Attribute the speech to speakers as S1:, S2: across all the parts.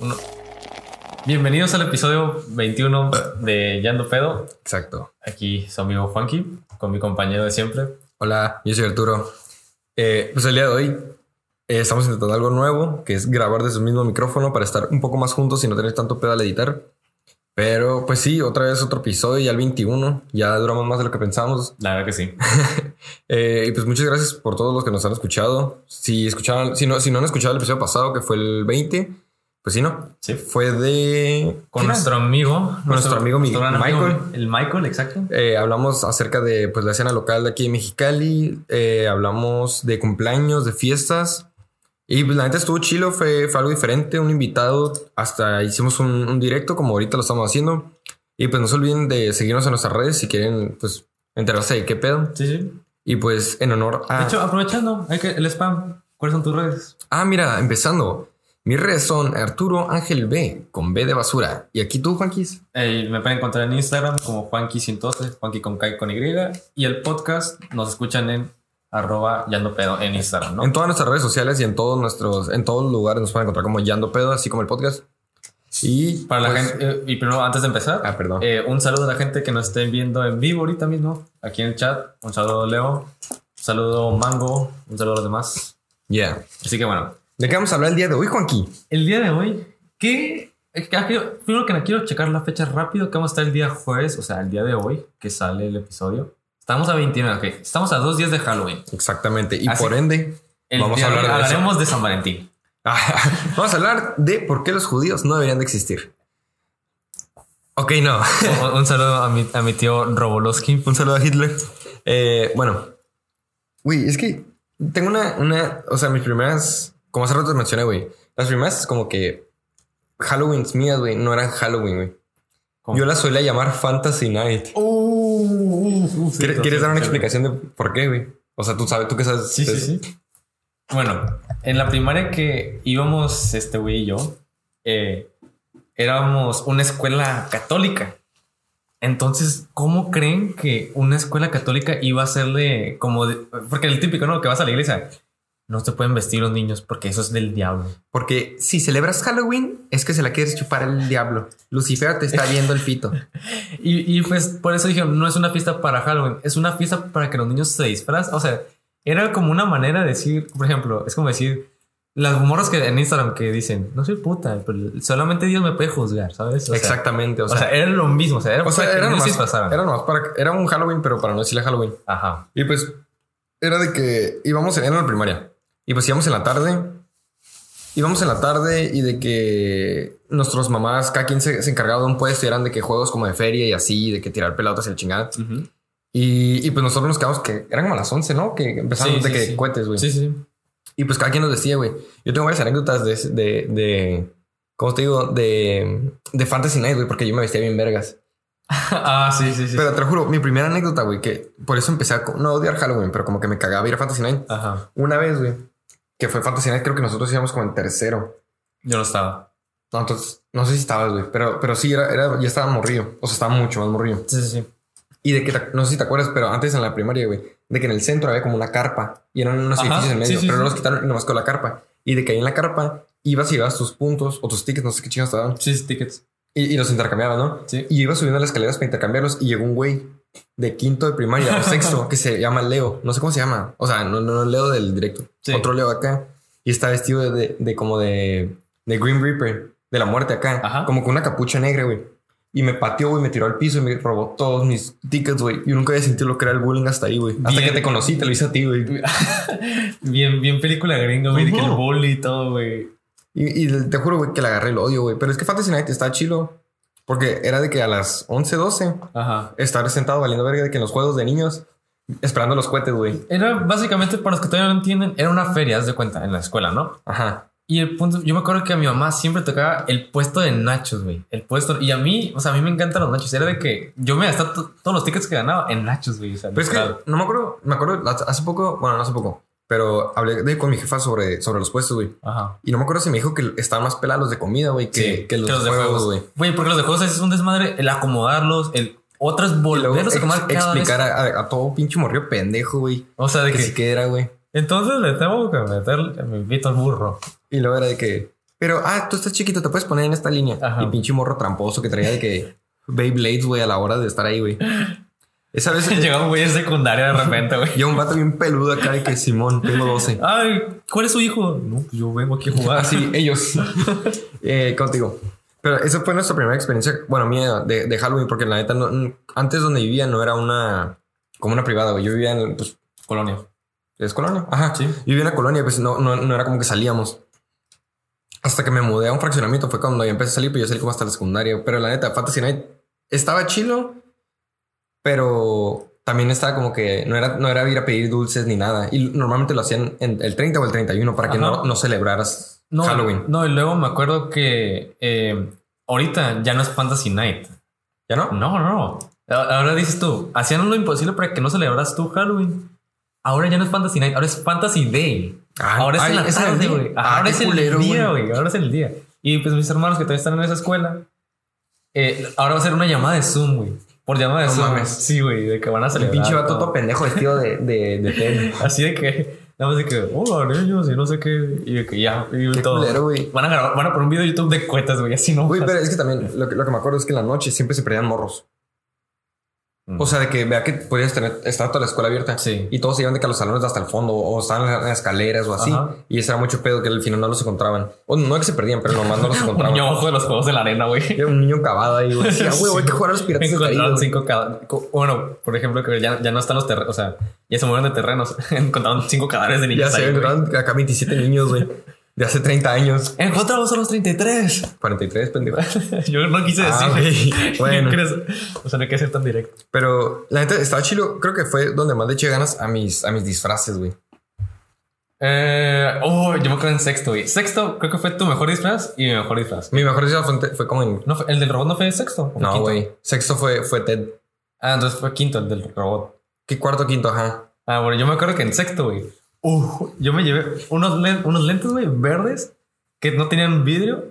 S1: Uno. Bienvenidos al episodio 21 de Yando Pedo.
S2: Exacto.
S1: Aquí su amigo Juanqui, con mi compañero de siempre.
S2: Hola, yo soy Arturo. Eh, pues el día de hoy eh, estamos intentando algo nuevo, que es grabar desde el mismo micrófono para estar un poco más juntos y no tener tanto pedo al editar. Pero pues sí, otra vez otro episodio, ya el 21, ya duramos más de lo que pensábamos.
S1: La verdad que sí.
S2: Eh, y pues muchas gracias por todos los que nos han escuchado. Si, escucharon, si, no, si no han escuchado el episodio pasado, que fue el 20, pues sí, no.
S1: Sí.
S2: Fue de...
S1: Con
S2: ¿qué era?
S1: nuestro amigo.
S2: nuestro amigo mi-
S1: gran
S2: Michael.
S1: El Michael, exacto.
S2: Eh, hablamos acerca de pues, la escena local de aquí en Mexicali, eh, hablamos de cumpleaños, de fiestas. Y pues, la neta estuvo chilo, fue, fue algo diferente, un invitado, hasta hicimos un, un directo como ahorita lo estamos haciendo. Y pues no se olviden de seguirnos en nuestras redes si quieren pues enterarse de qué pedo.
S1: Sí, sí. De
S2: Y pues en honor a...
S1: hecho, aprovechando, hay que, el spam. ¿Cuáles son tus redes?
S2: Ah, mira, empezando. Mis redes son Arturo Ángel B con B de basura. Y aquí tú, Juanquis.
S1: Eh, me pueden encontrar en Instagram como Juanqui sin tose, Juanqui con K y con Y. Y el podcast nos escuchan en arroba Yando Pedo en Instagram, ¿no?
S2: En todas nuestras redes sociales y en todos nuestros, en todos los lugares nos pueden encontrar como Yando Pedo, así como el podcast. Y
S1: Para la
S2: pues-
S1: gente, eh, y primero, antes de empezar,
S2: Ah, perdón.
S1: eh, un saludo a la gente que nos estén viendo en vivo ahorita mismo, aquí en el chat. Un saludo, Leo. Un saludo, Mango. Un saludo a los demás.
S2: Yeah.
S1: Así que bueno,
S2: ¿De qué vamos a hablar el día de hoy, Juanqui?
S1: el día de hoy, ¿qué? es que ah, quiero- Primero que nada, quiero checar la fecha rápido, que vamos a estar el día jueves, o sea, el día de hoy que sale el episodio. Estamos a 29, ok. Estamos a dos días de Halloween.
S2: Exactamente. Y
S1: Así-
S2: por ende,
S1: El
S2: Vamos
S1: día
S2: a
S1: de hoy
S2: hablar de eso.
S1: hablaremos de San Valentín.
S2: vamos a hablar de por qué los judíos no deberían de existir. Ok, no.
S1: Un- un saludo a mi, a mi tío Robolowski.
S2: Un saludo a Hitler. Eh, bueno. Güey, es que tengo una, una. O sea, mis primeras. Como hace rato te mencioné, güey. Las primeras, como que. Halloween mías, güey, no eran Halloween, güey.
S1: ¿Cómo?
S2: Yo las solía llamar Fantasy Night. ¿Quieres, quieres dar una explicación de por qué, güey? O sea, tú sabes, tú que sabes.
S1: Sí, sí,
S2: pues,
S1: sí. Bueno, en la primaria que íbamos, este güey y yo, eh, éramos una escuela católica. Entonces, ¿cómo creen que una escuela católica iba a hacerle como... de- porque el típico, ¿no? Que vas a la iglesia. No se pueden vestir los niños porque eso es del diablo.
S2: Porque si celebras Halloween, es que se la quieres chupar el diablo. Lucifer te está viendo el pito.
S1: Y, y, pues por eso dijeron, no es una fiesta para Halloween, es una fiesta para que los niños se disfrazan. O sea, era como una manera de decir, por ejemplo, es como decir, las morras que en Instagram que dicen, no soy puta, pero solamente Dios me puede juzgar, ¿sabes? O sea,
S2: Exactamente. O
S1: O
S2: sea,
S1: sea, era lo mismo, o sea, era
S2: o sea,
S1: para que
S2: era
S1: los niños se
S2: nomás-
S1: disfrazaran.
S2: era nomás para- era un Halloween, pero para no decirle Halloween.
S1: Ajá.
S2: Y pues era de que íbamos en, era en la primaria. Y pues íbamos en la tarde. Íbamos en la tarde y de que nuestros mamás, cada quien se, se encargaba de un puesto y eran de que juegos como de feria y así, de que tirar pelotas y el chingada. Y, y pues nosotros nos quedamos que eran como a las 11, ¿no? Que empezamos
S1: Sí,
S2: de
S1: sí,
S2: que
S1: sí.
S2: cohetes, güey.
S1: Sí, sí.
S2: Y pues cada quien nos decía, güey. Yo tengo varias anécdotas de, ese- de, de ¿cómo te digo? De, de Fantasy Night, güey, porque yo me vestía bien vergas.
S1: ah, sí, sí, sí.
S2: Pero te lo juro, mi primera anécdota, güey, que por eso empecé a co- no odiar Halloween, pero como que me cagaba ir a Fantasy Night
S1: Ajá.
S2: una vez, güey, que fue Fantasy Night, creo que nosotros íbamos como en tercero.
S1: Yo no estaba.
S2: No, entonces, no sé si estabas, güey, pero, pero sí, era, era- ya estaba morrido. O sea, estaba mucho más morrido.
S1: Sí, sí, sí.
S2: Y de que, te- no sé si te acuerdas, pero antes en la primaria, güey, de que en el centro había como una carpa y eran unos
S1: Ajá,
S2: edificios en
S1: sí,
S2: medio,
S1: sí, sí.
S2: pero no los quitaron y nomás con la carpa. Y de que ahí en la carpa ibas y llevabas tus puntos o tus tickets, no sé qué chingados te daban,
S1: Sí, sí, tickets.
S2: y, y los intercambiabas, ¿no?
S1: Sí.
S2: Y iba subiendo las escaleras para intercambiarlos y llegó un güey de quinto de primaria o sexto que se llama Leo. No sé cómo se llama. O sea, no, no, no Leo del directo.
S1: Sí.
S2: Otro Leo acá. Y está vestido de, de- de como de, de Green Reaper, de la muerte acá.
S1: Ajá.
S2: Como con una capucha negra, güey. Y me pateó, güey, me tiró al piso y me robó todos mis tickets, güey. Yo nunca había sentido lo que era el bullying hasta ahí, güey. Hasta
S1: Bien.
S2: que te conocí, te lo hice a ti, güey.
S1: Bien, bien película gringa, güey, de que el
S2: Ujú.
S1: bully y todo, güey.
S2: Y, y te juro, güey, que le agarré el odio, güey. Pero es que Fantasy Night está chilo. Porque era de que a las 11, 12
S1: Ajá.
S2: estar sentado valiendo verga de que en los juegos de niños esperando los cohetes, güey.
S1: Era básicamente, para los que todavía no entienden, era una feria, haz de cuenta, en la escuela, ¿no?
S2: Ajá.
S1: Y el punto, yo me acuerdo que a mi mamá siempre tocaba el puesto de nachos, güey. El puesto. Y a mí, o sea, a mí me encantan los nachos. Era de que yo me gastaba to- todos los tickets que ganaba en nachos, güey. O sea,
S2: Pero es que
S1: literal.
S2: no me acuerdo, me acuerdo hace- hace poco, bueno, no hace poco, pero hablé de- con mi jefa sobre, sobre los puestos, güey.
S1: Ajá.
S2: Y no me acuerdo si me dijo que estaban más pelados los de comida, güey, que,
S1: Sí,
S2: que los, de juegos, güey.
S1: Güey, porque los de juegos es un desmadre el acomodarlos, el otras
S2: Y luego
S1: volverlos a
S2: ex-
S1: acomodar cada
S2: explicar
S1: vez.
S2: a, a- a todo pinche morrió pendejo, güey.
S1: O sea, de
S2: Que
S1: que.
S2: sí que era, güey.
S1: Entonces le tengo que meter, me invito al burro.
S2: Y luego era de que, Pero, ah, tú estás chiquito, te puedes poner en esta línea.
S1: Ajá.
S2: Y pinche morro tramposo que traía de que Beyblades, güey, a la hora de estar ahí, güey. Esa vez
S1: Llega un güey de secundaria de repente, güey.
S2: yo un vato bien peludo acá de que Simón, tengo 12.
S1: Ay, ¿cuál es su hijo? No, pues yo vengo aquí a jugar.
S2: Así, ellos. eh, contigo. Pero esa fue nuestra primera experiencia, bueno, mía, de, de Halloween, porque la neta, no- antes donde vivía no era una, como una privada, güey. Yo vivía en, pues,
S1: Colonia.
S2: es colonia. Ajá.
S1: Sí.
S2: Yo vivía en la colonia, pues no, no, no era como que salíamos. Hasta que me mudé a un fraccionamiento fue cuando ya empecé a salir, pero yo salí como hasta la secundaria. Pero la neta, Fantasy Night estaba chilo, pero también estaba como que no era, no era ir a pedir dulces ni nada. Y normalmente lo hacían en el 30 o el 31 para que
S1: Ajá.
S2: no, no celebraras
S1: No,
S2: Halloween.
S1: No, y luego me acuerdo que eh, ahorita ya no es Fantasy Night.
S2: ¿Ya no?
S1: No, no. A- Ahora dices tú, hacían lo imposible para que no celebras tú Halloween. Ahora ya no es Fantasy Night, ahora es Fantasy Day.
S2: Ah,
S1: ahora es
S2: ay,
S1: en la
S2: ¿es en el
S1: tarde,
S2: día?
S1: güey.
S2: Ah,
S1: Ajá, Ahora
S2: qué
S1: es el
S2: culero,
S1: día,
S2: güey.
S1: güey. Ahora es el día. Y pues mis hermanos que todavía están en esa escuela, eh, ahora va a ser una llamada de Zoom, güey. Por llamada de
S2: No
S1: Zoom.
S2: mames.
S1: Sí, güey, de que van a
S2: El
S1: celebrar.
S2: pinche vato
S1: todo.
S2: todo pendejo vestido de, de, de tela.
S1: Así de que, nada más de que, "Oh, hola, niños, y no sé qué. Y de que ya, y
S2: Qué
S1: todo.
S2: culero, güey.
S1: Van a grabar, van a poner un video de YouTube de cuetas, güey, así no.
S2: Güey, pero es que también lo que, lo que me acuerdo es que en la noche siempre se perdían morros.
S1: Mm.
S2: O sea, de que vea que podías tener, estar toda la escuela abierta.
S1: Sí.
S2: Y todos se iban de que a los salones de hasta el fondo o estaban en las escaleras o así.
S1: Ajá.
S2: Y ese era mucho pedo que al final no los encontraban. O no que se perdían, pero nomás no los
S1: Un
S2: encontraban.
S1: niño abajo de los juegos de la arena, güey.
S2: Era un niño acabado ahí, güey. Decía, güey, hay que jugar a los piratas del Caribe.
S1: Encontraron
S2: güey".
S1: cinco cada- co- Bueno, por ejemplo, que ya, ya no están los terrenos, o sea, ya se movieron de terrenos. Encontraron cinco cadáveres de
S2: Ya
S1: niños.
S2: se
S1: ahí, güey.
S2: encontraron acá 27 niños, güey. De hace 30 años.
S1: Encontramos a los 33.
S2: 43, pendejo.
S1: Yo no quise decir.
S2: Ah, ok. Bueno.
S1: Yo creo- o sea, no hay que ser tan directo.
S2: Pero la neta, estaba chilo. Creo que fue donde más le eché ganas a mis, a mis disfraces, güey.
S1: Eh, oh, yo me acuerdo en sexto, güey. Sexto, creo que fue tu mejor disfraz y mi mejor disfraz.
S2: Mi mejor disfraz fue, fue como en.
S1: No, fue- ¿El del robot no fue sexto? ¿O fue
S2: No,
S1: quinto?
S2: güey. Sexto fue, fue Ted.
S1: Ah, entonces fue quinto el del robot.
S2: ¿Qué cuarto, quinto? Ajá.
S1: Ah, bueno, yo me acuerdo que en sexto, güey. Uh, yo me llevé unos, len- unos lentes, güey, verdes que no tenían vidrio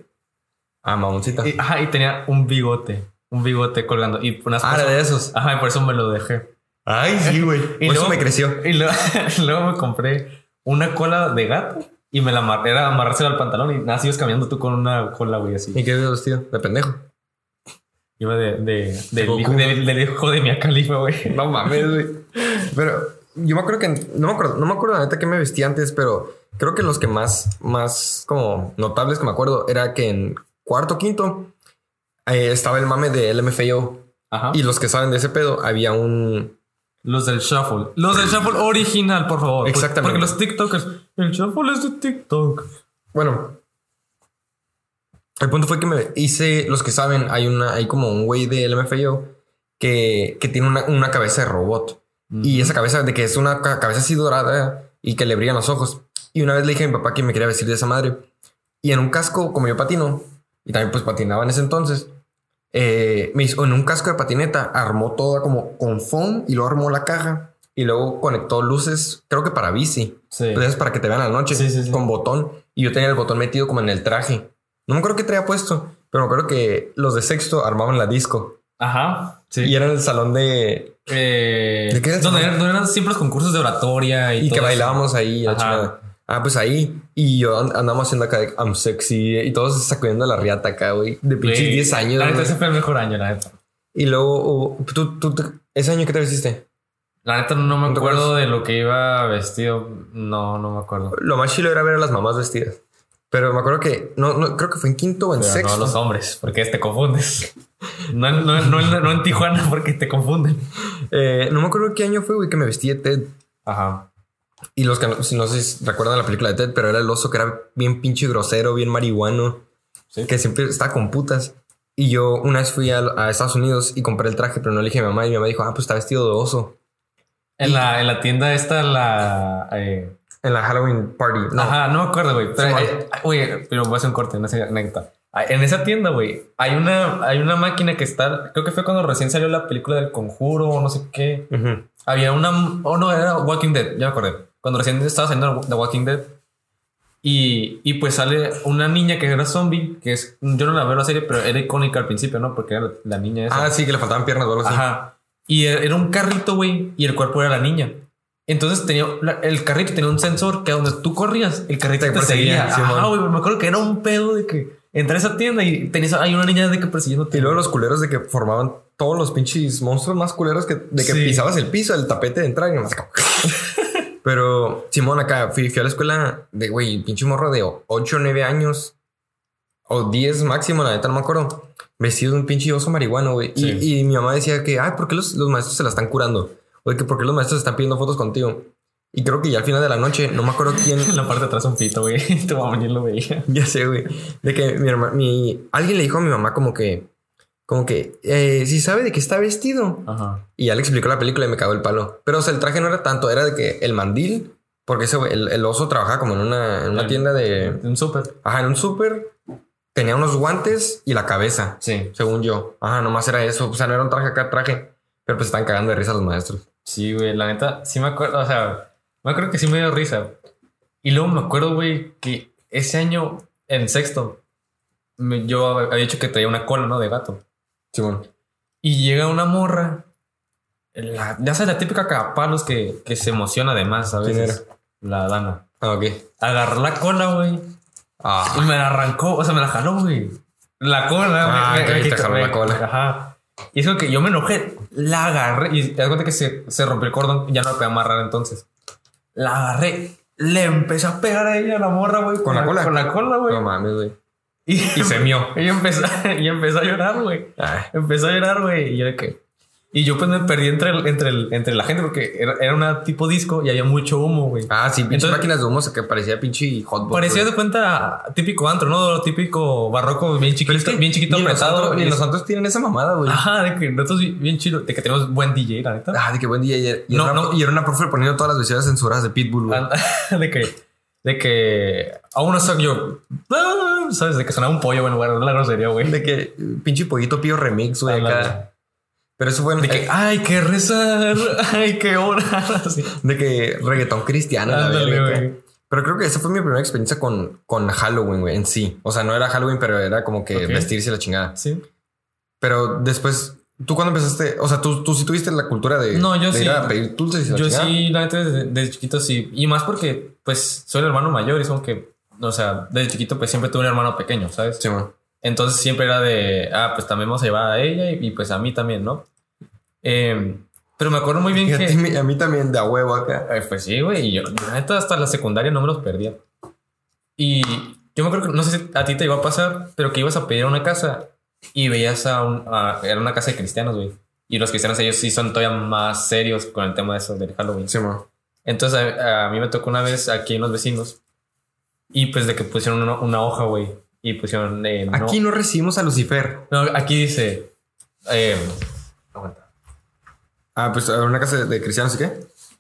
S2: Ah, mamoncita.
S1: Y, ajá, y tenía un bigote, un bigote colgando. Y unas
S2: Ah,
S1: cosas-
S2: era de esos.
S1: Ajá, y por eso me lo dejé.
S2: Ay, sí, güey.
S1: Y
S2: Por eso
S1: luego-
S2: me creció.
S1: Y luego, luego me compré una cola de gato y me la amarré, era amarrársela al pantalón y nada, sigues caminando tú con una cola, güey, así.
S2: ¿Y qué habías vestido? De pendejo.
S1: Iba de, de, del,
S2: Goku.
S1: hijo, del- del hijo de mi califa, güey.
S2: No mames, güey. Pero yo me acuerdo que... No me acuerdo, no me acuerdo la neta que me vestí antes, pero creo que los que más, más como notables que me acuerdo era que en cuarto, quinto eh, estaba el mame de LMFAO.
S1: Ajá.
S2: Y los que saben de ese pedo, había un...
S1: Los del shuffle. Los del shuffle original, por favor. Porque-
S2: Exactamente.
S1: Porque los TikTokers. El shuffle es de TikTok.
S2: Bueno. El punto fue que me hice, los que saben, hay una, hay como un güey del MFAO que, que tiene una, una cabeza de robot. Y esa cabeza, de que es una ca- cabeza así dorada y que le brillan los ojos. Y una vez le dije a mi papá que me quería vestir de esa madre. Y en un casco, como yo patino, y también pues patinaba en ese entonces, eh, me hizo en un casco de patineta, armó toda como con foam y luego armó la caja. Y luego conectó luces, creo que para bici.
S1: Sí.
S2: Pues es para que te vean a la noche
S1: Sí, sí, sí.
S2: con botón. Y yo tenía el botón metido como en el traje. No me acuerdo qué traía puesto, pero me acuerdo que los de sexto armaban la disco.
S1: Ajá. Sí.
S2: Y era en el salón de...
S1: Eh,
S2: ¿De qué era?
S1: donde, eran, donde eran siempre los concursos de oratoria y,
S2: Y
S1: todo
S2: que
S1: eso.
S2: bailábamos ahí. la
S1: Ajá.
S2: chingada. Ah, pues ahí. Y yo and- andamos haciendo acá de I'm sexy. Y todos sacudiendo la riata acá, güey. De pinches
S1: Güey,
S2: 10 años.
S1: La neta,
S2: güey.
S1: ese fue el mejor año, la neta.
S2: Y luego... hubo- ¿tú, tú, tú- ese año qué te vestiste?
S1: La neta no me
S2: ¿No te
S1: acuerdo
S2: acuerdas?
S1: de lo que iba vestido. No, no me acuerdo.
S2: Lo más chilo era ver a las mamás vestidas. Pero me acuerdo que... No, no, creo que fue en quinto o en
S1: Pero
S2: sexto.
S1: no los hombres, porque te confundes. No, no, no, no, no en Tijuana, porque te confunden.
S2: Eh, no me acuerdo qué año fue, güey, que me vestí de Ted.
S1: Ajá.
S2: Y los que no, si no sé si recuerdan la película de Ted, pero era el oso que era bien pinche grosero, bien marihuano,
S1: Sí.
S2: que siempre está con putas. Y yo una vez fui a, a Estados Unidos y compré el traje, pero no le dije a mi mamá. Y mi mamá dijo, ah, pues está vestido de oso
S1: En la, en la tienda esta, la. eh,
S2: en la Halloween party. No,
S1: Ajá, no me acuerdo, güey. Pero,
S2: Simón.
S1: eh, oye, pero voy a hacer un corte, una serie- anécdota. Ah, En esa tienda, güey, hay una, hay una máquina que está. Creo que fue cuando recién salió la película del conjuro o no sé qué.
S2: Ujú.
S1: Había una. Oh, no, era Walking Dead, ya me acordé. Cuando recién estaba saliendo The Walking Dead. Y, y pues sale una niña que era zombie, que es. Yo no la veo en la serie, pero era icónica al principio, ¿no? Porque era la, la niña esa.
S2: Ah, sí, que le faltaban piernas o algo así.
S1: e-, Ajá. Y era era un carrito, güey, y el cuerpo era la niña. Entonces tenía la- el carrito tenía un sensor que donde tú corrías, el carrito
S2: Te
S1: te,
S2: perseguía,
S1: perseguía.
S2: Simón.
S1: Ajá, güey, me acuerdo que era un pedo de que entré a esa tienda y tenías hay una niña de que persiguiéndote.
S2: Y luego los culeros de que formaban todos los pinches monstruos más culeros que de que
S1: Sí.
S2: pisabas el piso, el tapete de entrada y nomás como- Pero Simón, acá fui, fui a la escuela de güey, pinche morro de 8 o 9 años o 10 máximo, la neta no me acuerdo. Vestido de un pinche oso marihuano, güey. Y- Y,
S1: Sí.
S2: mi mamá decía que, ay, ¿por qué los, los maestros se la están curando? O de que, ¿por qué los maestros están pidiendo fotos contigo? Y creo que ya al final de la noche, no me acuerdo quién,
S1: En la parte de atrás un pito, güey. Tu mamá ni lo veía.
S2: Ya sé, güey. De que mi hermano, mi, alguien le dijo a mi mamá como que, como que, eh, si sabe de qué está vestido.
S1: Ajá.
S2: Y ya le explicó la película y me cagó el palo. Pero, o sea, el traje no era tanto, era de que el mandil, porque ese, güey, el, el oso trabajaba como en una, en una
S1: El-
S2: tienda de,
S1: Eh, Un súper.
S2: ajá, en un súper, tenía unos guantes y la cabeza,
S1: Sí.
S2: según yo. Ajá, nomás era eso. O sea, no era un traje acá, traje. Pero pues están cagando de risa los maestros.
S1: Sí, güey. La neta, sí me acuerdo. O sea, me acuerdo que sí me dio risa. Y luego me acuerdo, güey, que ese año en sexto, me- yo había dicho que traía una cola, ¿no? De gato.
S2: Simón.
S1: Y llega una morra. la- ya sabes, la típica cagapalos que, que se emociona además a
S2: ¿Quién
S1: veces. La dana.
S2: Ah, ok.
S1: Agarró la cola, güey.
S2: Ah,
S1: Y me la arrancó, o sea, me la jaló, güey. La cola,
S2: Ah,
S1: me- me-
S2: ok,
S1: me
S2: te
S1: quitó,
S2: jaló la
S1: me-
S2: cola.
S1: Ajá. Y es lo que yo me enojé, la agarré y te das cuenta que se, se rompió el cordón, ya no lo podía amarrar entonces. La agarré, le empecé a pegar a ella a la morra, güey.
S2: ¿Con la cola?
S1: Con la cola, güey.
S2: no mames, güey.
S1: y,
S2: Y se mió.
S1: ella empezó, ella empezó a llorar, güey.
S2: Ay,
S1: Empezó a llorar, güey. Y yo de que. Y yo pues me perdí entre, el- entre, el- entre la gente porque era, era una tipo disco y había mucho humo, güey.
S2: Ah, sí, pinches
S1: Entonces-
S2: máquinas de humo que parecía pinche hotbox.
S1: Parecía
S2: güey.
S1: de cuenta típico antro, ¿no? Lo típico barroco, bien chiquito, bien chiquito
S2: Este ni los
S1: apretado.
S2: antros- ni
S1: y- Ah.
S2: los santos tienen esa mamada, güey.
S1: Ajá, de que nosotros bi- bien chido, de que tenemos buen DJ, la neta.
S2: Ah, de que buen día. Y, y
S1: No,
S2: era, una-
S1: no.
S2: y era una profe poniendo todas las vestidas censuradas de Pitbull, güey.
S1: Ah, De que, de que aún no soy yo, ah, sabes, de que sonaba un pollo en lugar de la grosería, güey.
S2: De que eh, pinche pollito pío remix, güey.
S1: Ándale.
S2: acá. Pero eso fue en-
S1: Ah, De que ah. hay que rezar, hay que orar. Así.
S2: de que reggaetón cristiano. la
S1: Ándale,
S2: verga, acá.
S1: güey.
S2: Pero creo que esa fue mi primera experiencia con, con Halloween, güey, en sí. O sea, no era Halloween, pero era como que
S1: Ok.
S2: vestirse la chingada.
S1: Sí.
S2: Pero después, ¿tú cuándo empezaste? O sea, ¿tú, tú sí tuviste la cultura de,
S1: No, yo
S2: de
S1: sí.
S2: ir a pedir dulces y la
S1: Yo
S2: chingada?
S1: sí, la neta, desde, desde chiquito sí. Y más porque, pues, soy el hermano mayor y es como que, o sea, desde chiquito, pues siempre tuve un hermano pequeño, ¿sabes?
S2: Sí, man.
S1: Entonces siempre era de, ah, pues también vamos a llevar a ella y, y, pues a mí también, ¿no? Eh, pero me acuerdo muy bien
S2: Y a, ti-
S1: que...
S2: a mí también, de a huevo acá.
S1: eh, pues sí, güey, y yo la neta hasta la secundaria no me los perdía. Y yo me acuerdo que, no sé si a ti te iba a pasar, pero que ibas a pedir a una casa y veías a un... a- era una casa de cristianos, güey. Y los cristianos ellos sí son todavía más serios con el tema de eso del Halloween.
S2: Sí, man.
S1: Entonces a, a mí me tocó una vez aquí en los vecinos y pues de que pusieron una, una hoja, güey. Y pusieron... eh, no-
S2: Aquí no recibimos a Lucifer.
S1: no, aquí dice. eh, aguanta,
S2: Ah, pues a una casa de cristianos, ¿y qué?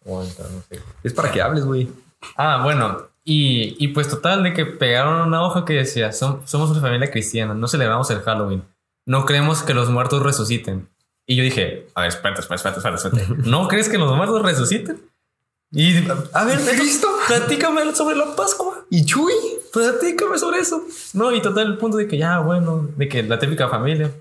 S1: aguanta, no sé.
S2: Es para que hables, güey.
S1: Ah, bueno. Y, y pues total, de que pegaron una hoja que decía, "Som- somos una familia cristiana, no celebramos el Halloween, no creemos que los muertos resuciten. Y yo dije, a ver, espérate, espérate, espérate, espérate. espérate. ¿No crees que los muertos resuciten? Y a ver,
S2: Cristo.
S1: platícame sobre la Pascua.
S2: ¿Y Chuy?
S1: platícame sobre eso. No, y total, el punto de que ya, bueno, de que la típica familia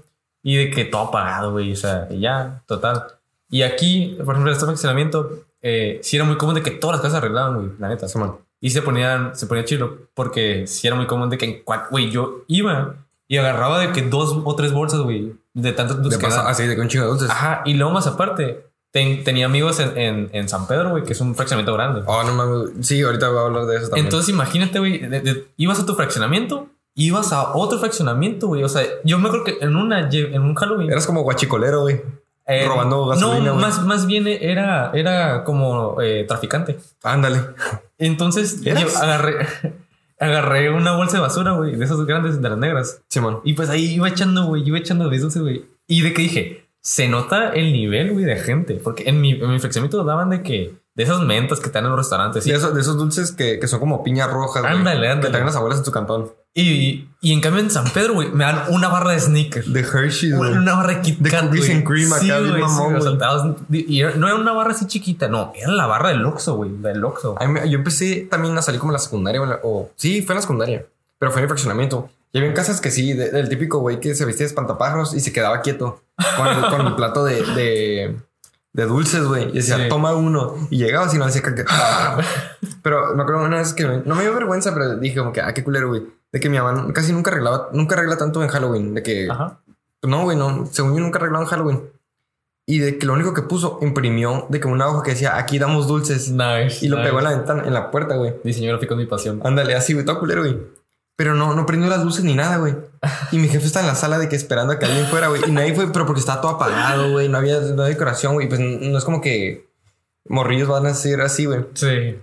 S1: y de que todo apagado, güey, o sea, y ya, total. Y aquí, por ejemplo, en este fraccionamiento, eh, sí era muy común de que todas las casas arreglaban, güey, la neta.
S2: Simón.
S1: Y se ponían, se ponía chilo, porque sí era muy común de que en cua- güey, yo iba y agarraba de que dos o tres bolsas, güey, de tantos
S2: De
S1: dulces que
S2: pasa-
S1: daban.
S2: así de que un chingo de dulces.
S1: Ajá, y luego más aparte, ten- tenía amigos en, en, en San Pedro, güey, que es un fraccionamiento grande.
S2: Oh, no mames. Sí, ahorita voy a hablar de eso también.
S1: Entonces imagínate, güey, de- de- ibas a tu fraccionamiento, ibas a otro fraccionamiento, güey. O sea, yo me acuerdo que en una lle- en un Halloween
S2: Eras como guachicolero, güey.
S1: eh,
S2: robando gasolina,
S1: No,
S2: güey.
S1: más, más bien era, era como eh, traficante.
S2: Ándale.
S1: Entonces yo
S2: ¿Eras?
S1: agarré, agarré una bolsa de basura, güey, de esas grandes, de las negras.
S2: Simón.
S1: Y pues ahí iba echando, güey, iba echando mis dulces, güey. Y de que dije, se nota el nivel, güey, de gente. Porque en mi, en mi fraccionamiento daban de que, de esas mentas que están en los restaurantes.
S2: De,
S1: y-
S2: esos, de esos dulces que, que son como piñas rojas. güey.
S1: Ándale,
S2: Que
S1: ándale.
S2: traen las abuelas en tu cantón.
S1: Y, y en cambio en San Pedro, güey, me dan una barra de sneakers.
S2: De Hershey's, güey.
S1: Una barra de Kit
S2: De
S1: Kat,
S2: cookies
S1: güey.
S2: and cream acá,
S1: Sí,
S2: bien
S1: güey, sí,
S2: mamón,
S1: o sea,
S2: güey.
S1: estabas- y era- no era una barra así chiquita, no. Era la barra del Oxxo, güey. Del Oxxo.
S2: A mí- yo empecé también a salir como en la secundaria. O, en la- o- sí, fue en la secundaria. Pero fue en el fraccionamiento. Y había casas que sí, de- del típico güey que se vestía de espantapájaros y se quedaba quieto. Con el, con el plato de, de- de dulces, güey. Y decía,
S1: Sí.
S2: toma uno. Y llegaba y no decía caca. Pero me acuerdo una vez que me- no me dio vergüenza, pero dije como que, ah, qué culero, güey. De que mi mamá nu- casi nunca arreglaba, nunca arregla tanto en Halloween. De que,
S1: Ajá.
S2: no, güey, no. Según yo nunca arreglaba en Halloween. Y de que lo único que puso, imprimió de que una hoja que decía, aquí damos dulces.
S1: Nice.
S2: Y lo
S1: nice.
S2: pegó en la ventana, en la puerta, güey.
S1: Diseño gráfico es mi pasión.
S2: Ándale, así, güey, todo culero, güey. Pero no, no prendió las luces ni nada, güey. Y mi jefe está en la sala de que esperando a que alguien fuera, güey. Y nadie fue, pero porque estaba todo apagado, güey. No había, no había decoración, güey. Pues no es como que morrillos van a ser así, güey.
S1: Sí.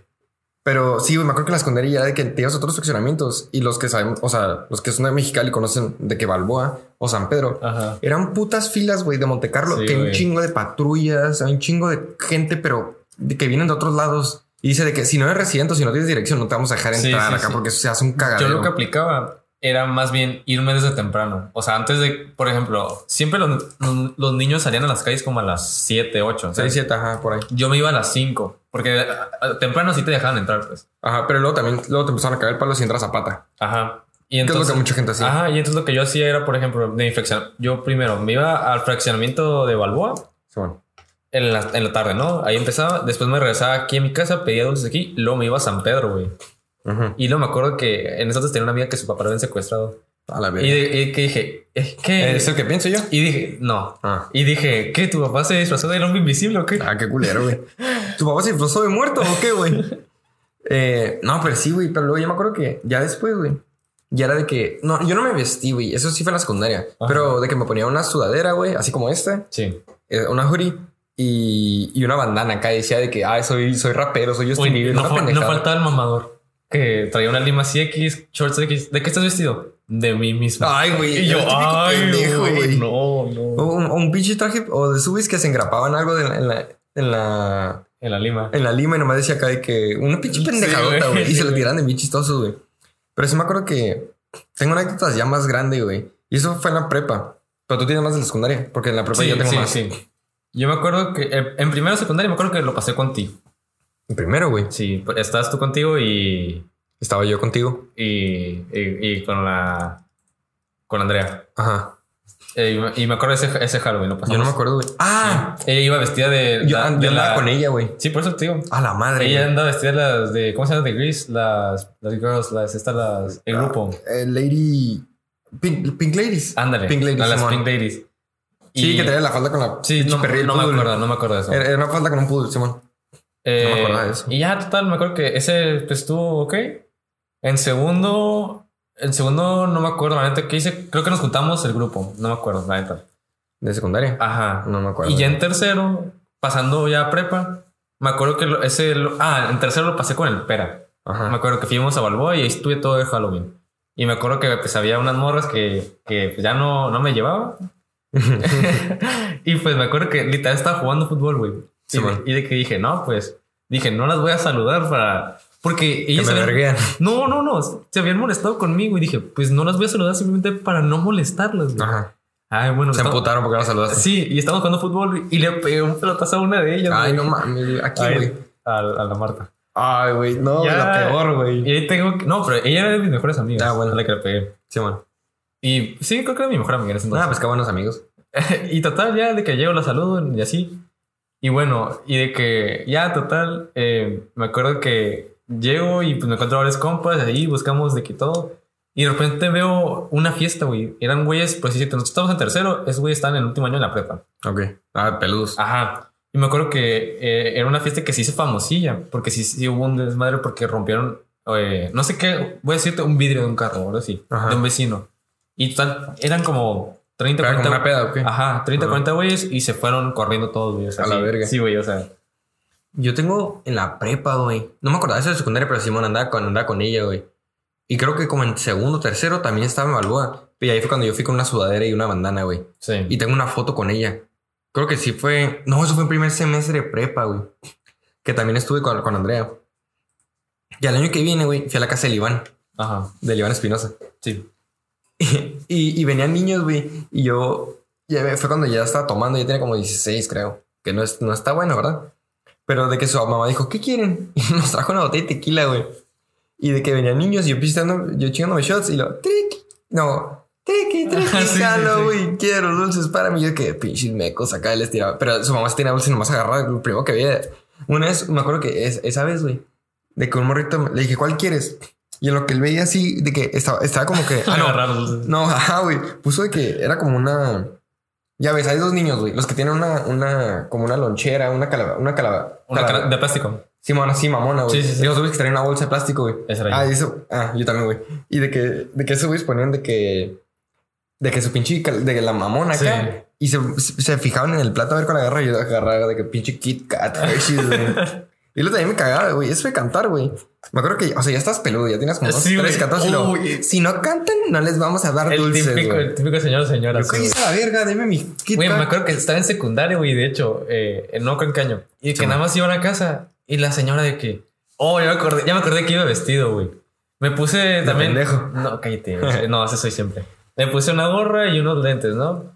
S2: Pero sí, güey, me acuerdo que la escondería ya de que te ibas a otros seccionamientos. Y los que saben, o sea, los que son de Mexicali y conocen de que Balboa o San Pedro.
S1: Ajá.
S2: Eran putas filas, güey, de Monte Carlo.
S1: Sí,
S2: que hay un
S1: güey.
S2: chingo de patrullas, hay un chingo de gente, pero de que vienen de otros lados. Y dice de que si no eres residente o si no tienes dirección, no te vamos a dejar
S1: Sí,
S2: entrar
S1: sí,
S2: acá
S1: sí.
S2: porque eso se hace un cagadero.
S1: Yo lo que aplicaba era más bien irme desde temprano. O sea, antes de, por ejemplo, siempre los, los niños salían a las calles como a las 7, 8.
S2: Seis, siete, ajá, por ahí.
S1: Yo me iba a las 5, porque a- a- temprano sí te dejaban entrar, pues.
S2: Ajá, pero luego también, luego te empezaron a caer el palo si entras a pata.
S1: Ajá. Y
S2: Que es lo
S1: entonces,
S2: que mucha gente hacía.
S1: ajá, y entonces lo que yo hacía era, por ejemplo, de mi fraccion- yo primero me iba al fraccionamiento de Balboa
S2: Sí, bueno.
S1: en la, en la tarde, ¿no? Ahí empezaba, después me regresaba aquí a mi casa, pedía dulces aquí, luego me iba a San Pedro, güey.
S2: Ujú.
S1: Y luego me acuerdo que en entonces tenía una amiga que su papá lo habían secuestrado.
S2: A la
S1: Y,
S2: vez.
S1: de- y que dije, eh, ¿qué?
S2: ¿Es el que pienso yo?
S1: Y dije, no.
S2: Ah,
S1: Y dije, ¿qué? ¿Tu papá se disfrazó del hombre invisible o qué?
S2: ah qué culero, güey. ¿Tu papá se disfrazó de muerto o qué, güey? Eh, no, pero sí, güey. Pero luego yo me acuerdo que ya después, güey. Ya era de que. No, yo no me vestí, güey. Eso sí fue en la secundaria.
S1: Ajá.
S2: Pero de que me ponía una sudadera, güey, así como esta,
S1: Sí.
S2: eh, una hoodie y, y una bandana acá. Y decía de que, ay, soy, soy rapero, soy Justin
S1: Oye,
S2: Bieber.
S1: no,
S2: una
S1: fa- no
S2: pendejada.
S1: faltaba el mamador que traía una lima 6X, shorts X. ¿De qué estás vestido? De mí mismo.
S2: Ay, güey.
S1: y yo,
S2: el típico
S1: ay,
S2: pendejo,
S1: güey.
S2: güey.
S1: No,
S2: O
S1: no.
S2: un, o un pinche traje o de subis que se engrapaban algo de la- en, la, en, la,
S1: En la lima.
S2: en la lima y nomás decía acá de que una pinche
S1: Sí,
S2: pendejadota,
S1: güey.
S2: güey. y
S1: Sí,
S2: se lo
S1: güey.
S2: tiran de bien chistosos, güey. Pero sí me acuerdo que tengo anécdotas ya más grande, güey. Y eso fue en la prepa. Pero tú tienes más de la secundaria, porque en la prepa
S1: Sí,
S2: yo tengo
S1: sí,
S2: más.
S1: sí. Yo me acuerdo que eh, en primero secundaria me acuerdo que lo pasé contigo.
S2: Primero, güey,
S1: Sí, pues, estabas tú contigo y,
S2: estaba yo contigo.
S1: y, y- y con la con Andrea.
S2: Ajá.
S1: Eh, y, me- y me acuerdo ese, ese Halloween, lo pasamos.
S2: Yo no me acuerdo, güey. Ah,
S1: Ella iba vestida de,
S2: yo,
S1: la-
S2: an-
S1: de
S2: yo
S1: la-
S2: andaba con ella, güey.
S1: Sí, por eso te digo.
S2: A la madre.
S1: Ella
S2: güey.
S1: anda vestida de las de ¿cómo se llama? De Grease, las las girls, las estas las el grupo.
S2: Eh, lady. Pink, Pink Ladies.
S1: Ándale.
S2: Pink Ladies,
S1: a las
S2: Simón.
S1: Pink Ladies.
S2: Sí,
S1: Ah, Y-
S2: que traía la falda con la.
S1: Sí,
S2: pinche
S1: no,
S2: perrilla, el
S1: no me
S2: poodle.
S1: acuerdo, no me acuerdo de eso.
S2: Era era una falda con un poodle, Simón.
S1: Eh,
S2: No me acordaba de eso.
S1: Y ya, total, me acuerdo que ese pues, estuvo ok. En segundo, en segundo no me acuerdo, la neta, ¿qué hice? Creo que nos juntamos el grupo, no me acuerdo, la neta.
S2: ¿De secundaria?
S1: Ajá.
S2: No me acuerdo.
S1: Ah, y ya en tercero, pasando ya a prepa, me acuerdo que lo- ese, lo- ah, en tercero lo pasé con el Pera. Me
S2: Ajá.
S1: acuerdo que fuimos a Balboa y ahí estuve todo el Halloween. Y me acuerdo que pues había unas morras que, que pues, ya no, no me llevaba. y pues me acuerdo que literal estaba jugando fútbol, güey.
S2: Sí,
S1: y, de-
S2: man.
S1: y de que dije, no, pues, dije, no las voy a saludar para. Porque
S2: Que
S1: ellas.
S2: me
S1: habían-
S2: verguean.
S1: No, no, no. Se habían molestado conmigo y dije, pues no las voy a saludar simplemente para no molestarlas. güey.
S2: Ajá.
S1: Ay, bueno,
S2: Se
S1: estamos-
S2: emputaron porque no saludaste.
S1: Sí, y estamos jugando fútbol y le pegué un pelotazo a una de ellas.
S2: Ay,
S1: güey.
S2: no mames. güey. Aquí,
S1: Ay,
S2: güey.
S1: a, a la Marta.
S2: Ay, güey. No,
S1: Ya.
S2: la peor,
S1: Y
S2: güey.
S1: ahí tengo. que- No, pero ella era de mis mejores amigas.
S2: Ah, bueno.
S1: a La que le pegué.
S2: Simón.
S1: Y sí, creo que era mi mejor amiga en ese entonces.
S2: Nada, pues qué buenos amigos.
S1: y total, ya de que llego, la saludo y así. Y bueno, y de que ya total, eh, me acuerdo que llego y pues me encuentro varios compas ahí, buscamos de que todo. Y de repente veo una fiesta, güey. Eran güeyes, pues sí, nosotros estamos en tercero, esos güeyes están en el último año de la prepa.
S2: Ok. Ah, peludos.
S1: Ajá. Y me acuerdo que eh, era una fiesta que se hizo famosilla, porque sí, sí hubo un desmadre porque rompieron, eh, no sé qué, voy a decirte, un vidrio de un carro, ahora sí,
S2: Ajá.
S1: de un vecino. Y tal, eran como 30,
S2: Pero
S1: 40
S2: como una peda, ¿o qué?
S1: Ajá, 30,
S2: Ah.
S1: 40 güeyes y se fueron corriendo todos, güey. o sea,
S2: A la
S1: sí,
S2: verga.
S1: Sí, güey, o sea.
S2: Yo tengo en la prepa, güey. No me acordaba eso de secundaria, pero Simón andaba con, andaba con ella, güey. Y creo que como en segundo, tercero también estaba en Balboa. Y ahí fue cuando yo fui con una sudadera y una bandana, güey.
S1: Sí.
S2: Y tengo una foto con ella. Creo que sí fue. No, eso fue en primer semestre de prepa, güey. Que también estuve con, con Andrea. Y al año que viene, güey, fui a la casa del Iván,
S1: Ajá,
S2: del Iván Espinosa.
S1: sí.
S2: y, y venían niños, güey. Y yo. ya ve- fue cuando ya estaba tomando, ya tenía como 16, creo. Que no, es, no está bueno, ¿verdad? Pero de que su mamá dijo, ¿qué quieren? Y nos trajo una botella de tequila, güey. Y de que venían niños y yo pisteando, yo chingándome shots y lo, trick. No, Triqui, triqui,
S1: Ajá, Ah, sí, sí, sí.
S2: Halloween, quiero dulces para mí. Yo que pinches mecos acá les tiraba. Pero su mamá se tenía dulces nomás agarrada. Lo primero que veía. Una vez, me acuerdo que es, esa vez, güey, de que un morrito le dije, ¿cuál quieres? Y en lo que él veía así, de que estaba, estaba como que. Ah, no,
S1: Agarrar dulces.
S2: No, ajá, güey. Puso de que era como una. Ya ves, hay dos niños, güey. Los que tienen una, una, como una lonchera, una calaba, una calaba.
S1: Una
S2: calaba-
S1: cara de plástico.
S2: Sí, mamona, sí, mamona, güey.
S1: Sí, sí, sí.
S2: Y los güeyes que traían una bolsa de plástico, güey.
S1: Ese era
S2: Ah,
S1: yo.
S2: y eso, ah, yo también, güey. Y de que, de que esos güeyes ponían de que, de que su pinche, cal- de que la mamona
S1: Sí.
S2: acá. Y se, se fijaban en el plato a ver cuál agarra y yo agarraba de que pinche Kit Kat, Hershey's, güey. Y luego también me cagaba, güey. Eso de cantar, güey. Me acuerdo que, o sea, ya estás peludo, ya tienes como dos,
S1: Sí,
S2: tres
S1: güey.
S2: cantos y luego,
S1: Uy.
S2: si no cantan, no les vamos a dar
S1: El
S2: dulces,
S1: típico,
S2: güey.
S1: el típico señor o señora.
S2: Yo,
S1: sí,
S2: ¿Qué hice la verga? Deme mi Kit
S1: Güey, me
S2: Kat.
S1: acuerdo que estaba en secundaria, güey, de hecho, eh, en no creo en qué año. Y que
S2: Sí,
S1: nada más iba a la casa y la señora de que, oh, ya me acordé, ya me acordé que iba vestido, güey. Me puse también.
S2: pendejo.
S1: No, cállate, güey. no, eso soy siempre. Me puse una gorra y unos lentes, ¿no?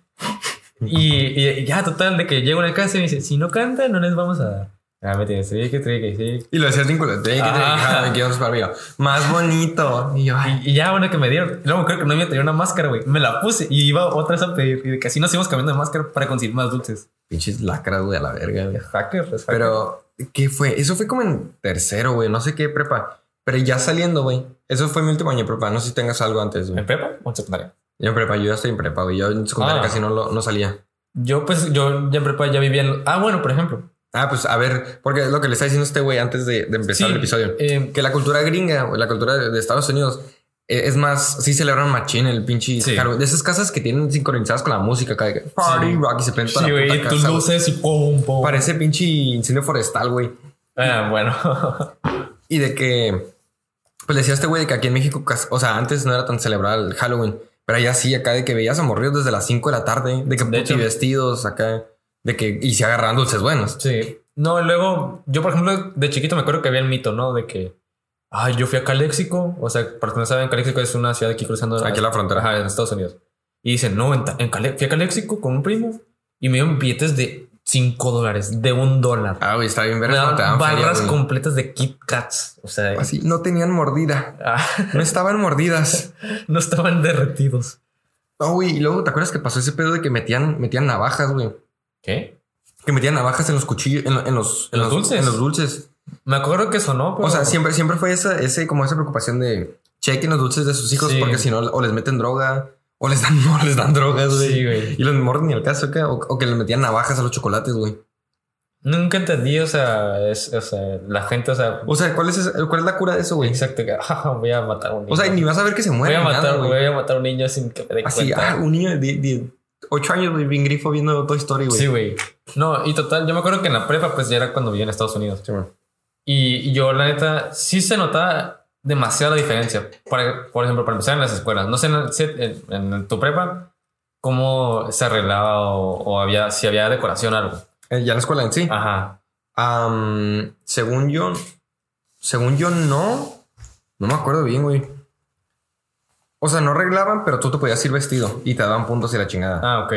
S1: Y, y- y ya, total, de que llego a la casa y me dice, si no canta, no les vamos a dar. Ah, me tienes, sí, que sí, que sí.
S2: Y lo hacías vinculante. que te
S1: Ah.
S2: dejaba, me quiero para arriba. Más bonito. Y yo, ay,
S1: Y, y ya, bueno, que me dieron. Luego creo que no me traía una máscara, güey. Me la puse y iba otras a pedir. Y de que así nos íbamos cambiando de máscara para conseguir más dulces.
S2: pinches lacras, güey, a la verga, güey.
S1: Hacker, pues, hacker.
S2: Pero, ¿qué fue? Eso fue como en tercero, güey. No sé qué prepa. Pero ya saliendo, güey. Eso fue mi último año de prepa. No sé si tengas algo antes,
S1: ¿En
S2: güey.
S1: prepa o en secundaria?
S2: Yo en prepa, yo ya estoy en prepa, güey. Yo en secundaria
S1: Ah.
S2: casi no, lo- no salía.
S1: Yo, pues, yo ya en prepa ya vivía en. Ah, bueno, por ejemplo.
S2: Ah, pues a ver, porque es lo que le está diciendo este güey antes de, de empezar
S1: Sí,
S2: el episodio.
S1: eh,
S2: Que la cultura gringa, güey, la cultura de, de Estados Unidos, eh, es más, sí celebran machín el pinche
S1: Sí.
S2: Halloween. De esas casas que tienen sincronizadas con la música, acá de que party
S1: Sí.
S2: rock y se prende toda
S1: sí,
S2: la
S1: güey,
S2: puta
S1: y tus
S2: casa, güey.
S1: luces y pum, pum.
S2: Parece pinche incendio forestal, güey.
S1: Ah, bueno.
S2: Y de que, pues le decía a este güey de que aquí en México, cas- o sea, antes no era tan celebrado el Halloween, pero allá sí, acá de que veías a morridos desde las 5 de la tarde, de que
S1: De
S2: puti
S1: hecho.
S2: vestidos acá, de que, y se agarran dulces buenos.
S1: sí. No, y luego, yo, por ejemplo, de chiquito me acuerdo que había el mito, ¿no? De que. Ah, yo fui a Caléxico. O sea, para los que no saben, Caléxico es una ciudad aquí cruzando.
S2: Aquí en la frontera.
S1: Ajá, en Estados Unidos. Y dicen, no, en, ta- en Cale- fui a Caléxico con un primo y me dieron billetes de 5 dólares, de un dólar.
S2: Ah, güey, está bien ver
S1: me daban barras
S2: como
S1: completas de Kit Kats. O sea,
S2: Así, no tenían mordida,
S1: ah,
S2: no estaban mordidas.
S1: no estaban derretidos.
S2: No, güey, y luego te acuerdas que pasó ese pedo de que metían, metían navajas, güey.
S1: ¿Qué?
S2: Que metían navajas en los cuchillos, en, lo- en los,
S1: ¿En los dulces?
S2: En los dulces.
S1: Me acuerdo que sonó, pero...
S2: O sea, siempre, siempre fue esa, ese, como esa preocupación de chequen los dulces de sus hijos,
S1: Sí.
S2: porque si no, o les meten droga, o les dan, o les dan drogas, güey.
S1: Sí, güey.
S2: Y los morden ni el caso acá, o, o que les metían navajas a los chocolates, güey.
S1: Nunca entendí, o sea, es, o sea, la gente, o sea...
S2: O sea, ¿cuál es, esa- cuál es la cura de eso, güey?
S1: Exacto, que "Ah, voy a matar a un niño.
S2: O sea, y ni vas a ver que se
S1: voy
S2: muere.
S1: a
S2: ni nada,
S1: matar,
S2: güey.
S1: voy a matar a un niño sin que me dé
S2: Así,
S1: cuenta.
S2: ah, un niño de, de 8 años, güey, bien grifo viendo Toy Story, güey.
S1: sí, güey. No, y total, yo me acuerdo que en la prepa, pues ya era cuando vivía en Estados Unidos.
S2: Sí, güey.
S1: Y, y yo, la neta, sí se notaba demasiada diferencia. Por, por ejemplo, para empezar en las escuelas. No sé en- si en, en tu prepa cómo se arreglaba o, o había, si había decoración o algo.
S2: Eh, Ya en la escuela en sí.
S1: Ajá.
S2: Am, según yo, según yo no, no me acuerdo bien, güey. O sea, no arreglaban, pero tú te podías ir vestido y te daban puntos y la chingada.
S1: Ah, ok.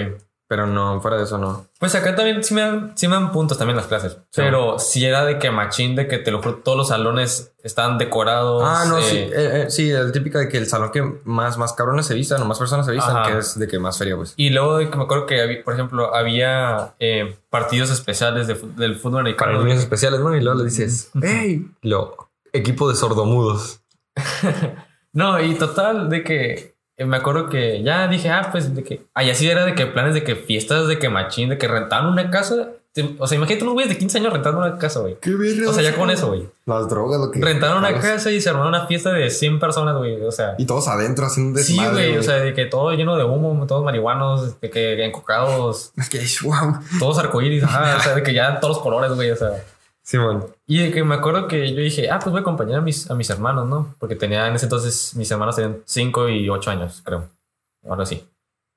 S2: Pero no, fuera de eso no.
S1: Pues acá también sí me dan, sí me dan puntos también las clases. Pero si era de que machín, de que te lo juro, todos los salones están decorados.
S2: ah, no,
S1: eh,
S2: sí, eh, eh, sí, el típico de que el salón que más, más cabrones se vistan o más personas se vistan,
S1: Ajá.
S2: que es de que más feria, pues.
S1: Y luego de que me acuerdo que, había- por ejemplo, había eh, partidos especiales de fu- del fútbol
S2: Para los
S1: americano.
S2: niños especiales, ¿no? Y luego le dices, hey, lo equipo de sordomudos.
S1: No, y total, de que eh, me acuerdo que ya dije, ah, pues de que allá sí era de que planes de que fiestas, de que machín, de que rentaban una casa. Te- O sea, imagínate unos güeyes de 15 años rentando una casa, güey.
S2: Qué verga.
S1: O sea, ya con eso, güey.
S2: Las drogas, lo que.
S1: Rentaron una casa y se armaron una fiesta de 100 personas, güey. O sea,
S2: Y todos adentro haciendo
S1: Sí, güey, o sea, de que todo lleno de humo, todos marihuanos, de que encocados,
S2: Es que, wow.
S1: todos arcoíris, ajá, o sea, de que ya todos los colores, güey, o sea.
S2: Simón.
S1: Y de que me acuerdo que yo dije, ah, pues voy a acompañar a mis, a mis hermanos, ¿no? Porque tenía en ese entonces, mis hermanos tenían 5 y 8 años, creo. Ahora sí.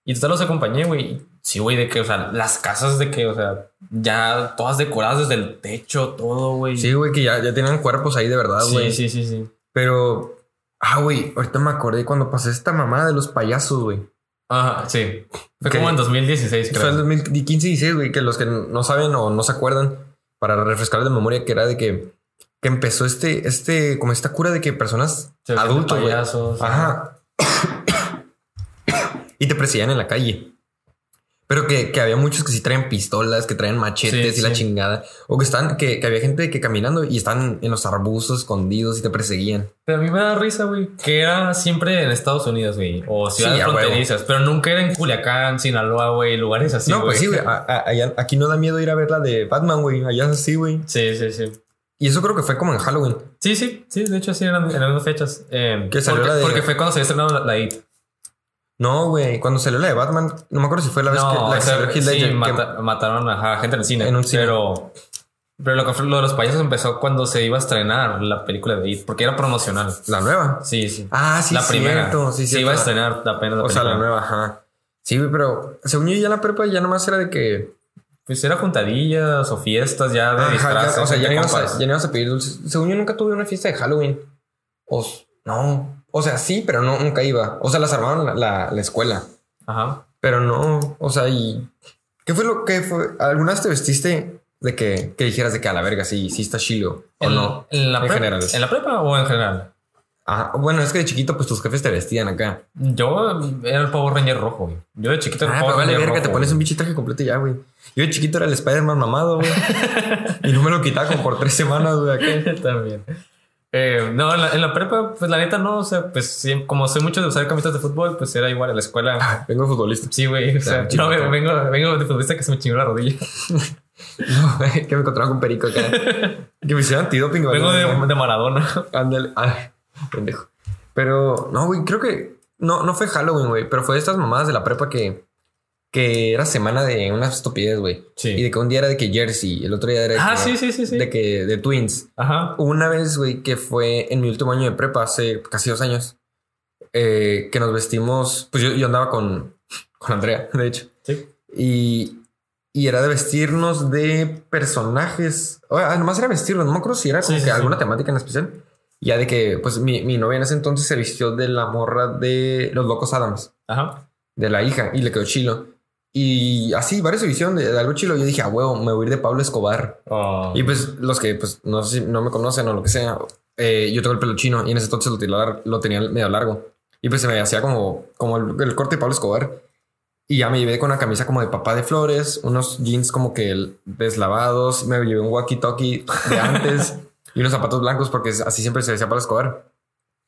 S1: Y total los acompañé, güey. Sí, güey, de que, o sea, las casas de que, o sea, ya todas decoradas desde el techo, todo, güey.
S2: Sí, güey, que ya, ya tienen cuerpos ahí de verdad, güey.
S1: sí, sí, sí, sí.
S2: Pero, ah, güey, ahorita me acordé cuando pasé esta mamada de los payasos, güey.
S1: Ajá, sí. Fue
S2: Ok.
S1: como en 2016, creo.
S2: Fue el 2015 y 16, güey, que los que no saben o no se acuerdan, para refrescar de memoria, que era de que, que empezó este, este, como esta cura de que personas
S1: Se vestían de
S2: adultos, güey.
S1: payasos,
S2: Ajá. y te perseguían en la calle. Pero que, que había muchos que sí traen pistolas, que traen machetes
S1: Sí,
S2: y la
S1: sí.
S2: chingada. O que están, que, que había gente que caminando y están en los arbustos escondidos y te perseguían.
S1: Pero a mí me da risa, güey. Que era siempre en Estados Unidos, güey. O ciudades
S2: Sí, a huevo.
S1: fronterizas. Pero nunca era en Culiacán, Sinaloa, güey. Lugares así,
S2: no, pues sí, güey. a- a- allá- Aquí no da miedo ir a ver la de Batman, güey. Allá sí, güey.
S1: Sí, sí, sí.
S2: Y eso creo que fue como en Halloween.
S1: Sí, sí, sí. De hecho, sí, eran en las mismas fechas. Eh,
S2: Que salió
S1: porque,
S2: la de-
S1: porque fue cuando se estrenó la, la IT.
S2: No, güey. Cuando salió la de Batman, no me acuerdo si fue la vez que
S1: No,
S2: la que
S1: o sea,
S2: salió Heath
S1: sí,
S2: Ledger, que-
S1: mata- mataron a a gente en el cine.
S2: En un cine.
S1: Pero, pero lo, que fue- lo de los payasos empezó cuando se iba a estrenar la película de IT. Porque era promocional.
S2: la nueva.
S1: Sí, sí.
S2: Ah, sí,
S1: la primera.
S2: cierto, Sí,
S1: se iba a
S2: cierto.
S1: estrenar apenas la
S2: O sea, la
S1: película.
S2: nueva, ajá. Sí, güey, pero según yo ya la prepa ya nomás era de que...
S1: Pues era juntadillas o fiestas ya de
S2: Ajá, ya-
S1: Ah, disfraces.
S2: o sea, ya
S1: entre
S2: no, ibas a,
S1: compas.
S2: ya no ibas a pedir dulces. Según yo nunca tuve una fiesta de Halloween. O, s- no. O sea, sí, pero no, nunca iba. O sea, las armaban la, la- la escuela.
S1: Ajá.
S2: Pero no, o sea, y... ¿Qué fue lo que fue? ¿Alguna vez te vestiste de que, que dijeras de que a la verga sí, sí está chilo o
S1: ¿En-
S2: no?
S1: En la,
S2: en
S1: prepa-
S2: general.
S1: ¿En la prepa o en general?
S2: Ajá, bueno, es que de chiquito pues tus jefes te vestían acá.
S1: Yo era el Power Ranger rojo, güey. Yo de chiquito era
S2: Ah,
S1: el
S2: pero
S1: Power
S2: vale
S1: Ranger
S2: verga, te
S1: rojo,
S2: pones un
S1: güey.
S2: pinche traje completo y ya, güey. Yo de chiquito era el Spider-Man mamado, güey. y no me lo quitaba como por tres semanas, güey. acá.
S1: También. Eh, no, en la, en la prepa, pues la neta no. O sea, pues sí, como soy mucho de usar camisetas de fútbol, pues era igual en la escuela.
S2: Vengo de futbolista.
S1: Sí, güey. O sea,
S2: Ah, chico,
S1: no,
S2: Ah. claro.
S1: vengo, vengo de futbolista que se me chingó la rodilla.
S2: No, güey, que me encontraba con Perico acá. que me hicieron antidoping, güey.
S1: Vengo de, de Maradona.
S2: Ándale. Ay, pendejo. Pero, no, güey, creo que... No, no fue Halloween, güey. Pero fue de estas mamadas de la prepa que... Que era semana de una estupidez, güey.
S1: Sí.
S2: Y de que un día era de que Jersey, el otro día era de
S1: Ah,
S2: que...
S1: sí, sí, sí, sí.
S2: De que... De Twins.
S1: Ajá.
S2: una vez, güey, que fue en mi último año de prepa, hace casi dos años, eh, que nos vestimos, pues yo, yo andaba con, con Andrea, de hecho,
S1: Sí.
S2: y, y era de vestirnos de personajes, o sea, nomás era vestirnos, no me acuerdo si era como
S1: Sí, sí,
S2: que
S1: sí.
S2: alguna temática en especial, ya de que, pues mi, mi novia en ese entonces se vistió de la morra de Los Locos Adams,
S1: Ajá.
S2: de la hija, y le quedó chilo. Y así, varios se vistieron de, de algo chilo. Yo dije, a huevo, me voy a ir de Pablo Escobar.
S1: Oh.
S2: Y pues los que pues no sé si no me conocen o lo que sea, eh, yo tengo el pelo chino y en ese entonces lo tenía, lar- lo tenía medio largo. Y pues se me hacía como, como el, el corte de Pablo Escobar. Y ya me llevé con una camisa como de papá de flores, unos jeans como que el- deslavados, me llevé un walkie-talkie de antes y unos zapatos blancos porque así siempre se decía Pablo Escobar.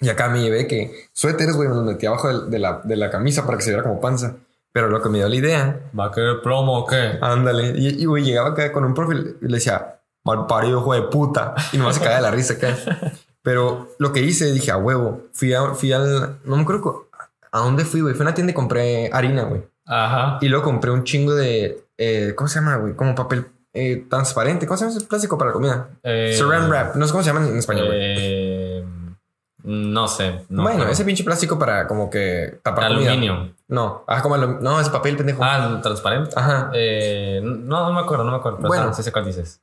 S2: Y acá me llevé que suéteres, güey, me los metí abajo del- de, la, de la camisa para que se viera como panza. Pero lo que me dio la idea
S1: ¿Va a querer plomo o qué?
S2: Ándale. Y, y, güey, llegaba acá con un perfil y le decía, mal parido, hijo de puta. Y nomás se cagaba de la risa acá. Pero lo que hice, dije, a huevo. Fui, a- fui al. No me acuerdo cu- a dónde fui, güey. Fui a una tienda y compré harina, güey.
S1: Ajá.
S2: Ah. Y luego compré un chingo de. eh, ¿Cómo se llama, güey? Como papel eh, transparente. ¿Cómo se llama ese plástico para comida?
S1: Eh,
S2: Saran wrap. No sé cómo se llama en español, güey.
S1: Eh, no sé. No
S2: bueno,
S1: creo.
S2: ese pinche plástico para como que tapar comida.
S1: aluminio.
S2: No, ah, como alum- no, es papel pendejo.
S1: Ah, transparente.
S2: Ajá.
S1: Eh, no, no me acuerdo, no me acuerdo. Pero
S2: Bueno.
S1: bueno, sí sé cuál dices.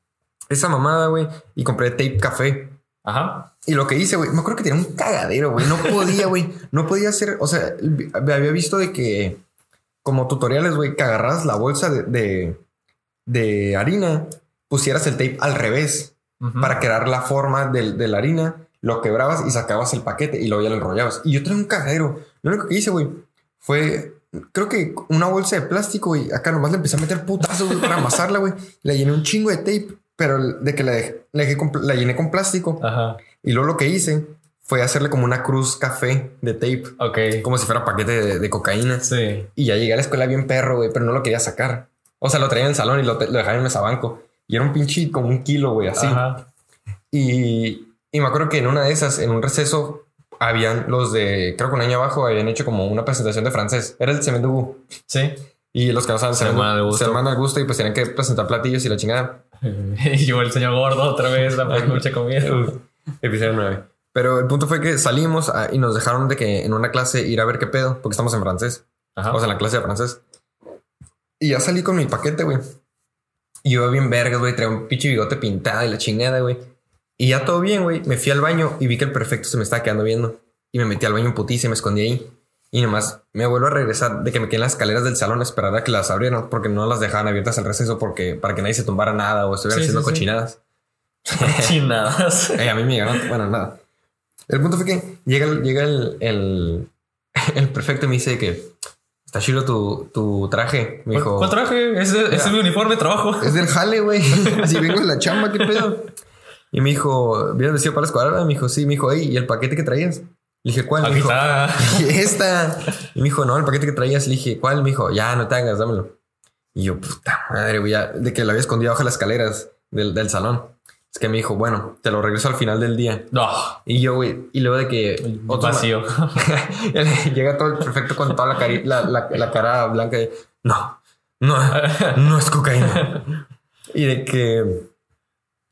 S2: Esa mamada, güey. Y compré tape café.
S1: Ajá.
S2: Y lo que hice, güey, me acuerdo que tenía un cagadero, güey. No podía, güey. No podía hacer, o sea, vi- había visto de que como tutoriales, güey, que agarras la bolsa de, de, de harina, pusieras el tape al revés
S1: Ujú.
S2: para crear la forma del- de la harina, lo quebrabas y sacabas el paquete y luego ya lo enrollabas. Y yo tenía un cagadero. Lo único que hice, güey, fue, creo que una bolsa de plástico, güey, acá nomás le empecé a meter putazos, güey, para amasarla, güey. Le llené un chingo de tape, pero de que la, dejé- la dejé con pl- la llené con plástico.
S1: Ajá.
S2: Y luego lo que hice fue hacerle como una cruz café de tape,
S1: Ok.
S2: como si fuera paquete de, de cocaína.
S1: Sí.
S2: Y ya llegué a la escuela bien perro, güey, pero no lo quería sacar. O sea, lo traía en el salón y lo, te- lo dejaba en el mesabanco. Y era un pinche como un kilo, güey, así.
S1: Ajá.
S2: Y, y me acuerdo que en una de esas, en un receso, habían los de, creo que un año abajo, habían hecho como una presentación de francés. Era el Semendubú.
S1: Sí.
S2: Y los que no saben,
S1: Semana
S2: Semen
S1: del
S2: Du-
S1: gusto.
S2: Semana al gusto y pues tenían que presentar platillos y la chingada.
S1: y yo el señor gordo otra vez, la mucha comida.
S2: Episodio 9. Pero el punto fue que salimos ah, y nos dejaron de que en una clase ir a ver qué pedo, porque estamos en francés.
S1: Ajá.
S2: O sea, en la clase de francés. Y ya salí con mi paquete, güey. Y yo bien vergas, güey. Traía un pinche bigote pintado y la chingada, güey. Y ya todo bien, güey. Me fui al baño y vi que el perfecto se me estaba quedando viendo. Y me metí al baño putiza y me escondí ahí. Y nomás me vuelvo a regresar de que me quedé en las escaleras del salón a esperar a que las abrieran porque no las dejaban abiertas al receso porque para que nadie se tumbara nada o estuviera
S1: Sí,
S2: haciendo
S1: sí, sí.
S2: cochinadas.
S1: Chinadas.
S2: Eh, a mí me llegaron. Bueno, nada. El punto fue que llega, el- llega el, el, el prefecto y me dice que Está chido tu, tu traje, me
S1: ¿Cuál,
S2: dijo.
S1: cuál traje? Ese, ese es mi uniforme de trabajo.
S2: Es del jale, güey. si vengo de la chamba, qué pedo. Y me dijo, ¿vienes vestido para la escuadra? Me dijo, sí. Me dijo, "Ey, ¿y el paquete que traías? Le dije, ¿cuál? Me
S1: Aquí
S2: dijo,
S1: está.
S2: "Y esta. Y me dijo, no, el paquete que traías. Le dije, ¿cuál? Me dijo, ya, no te hagas, dámelo. Y yo, puta madre, güey, ya, de que lo había escondido bajo las escaleras del, del salón. Es que me dijo, bueno, te lo regreso al final del día.
S1: No,
S2: Y yo, güey, y luego de que otro ma-
S1: vacío.
S2: Llega todo el perfecto con toda la, cari- la, la- la cara blanca de no, no, no es cocaína. Y de que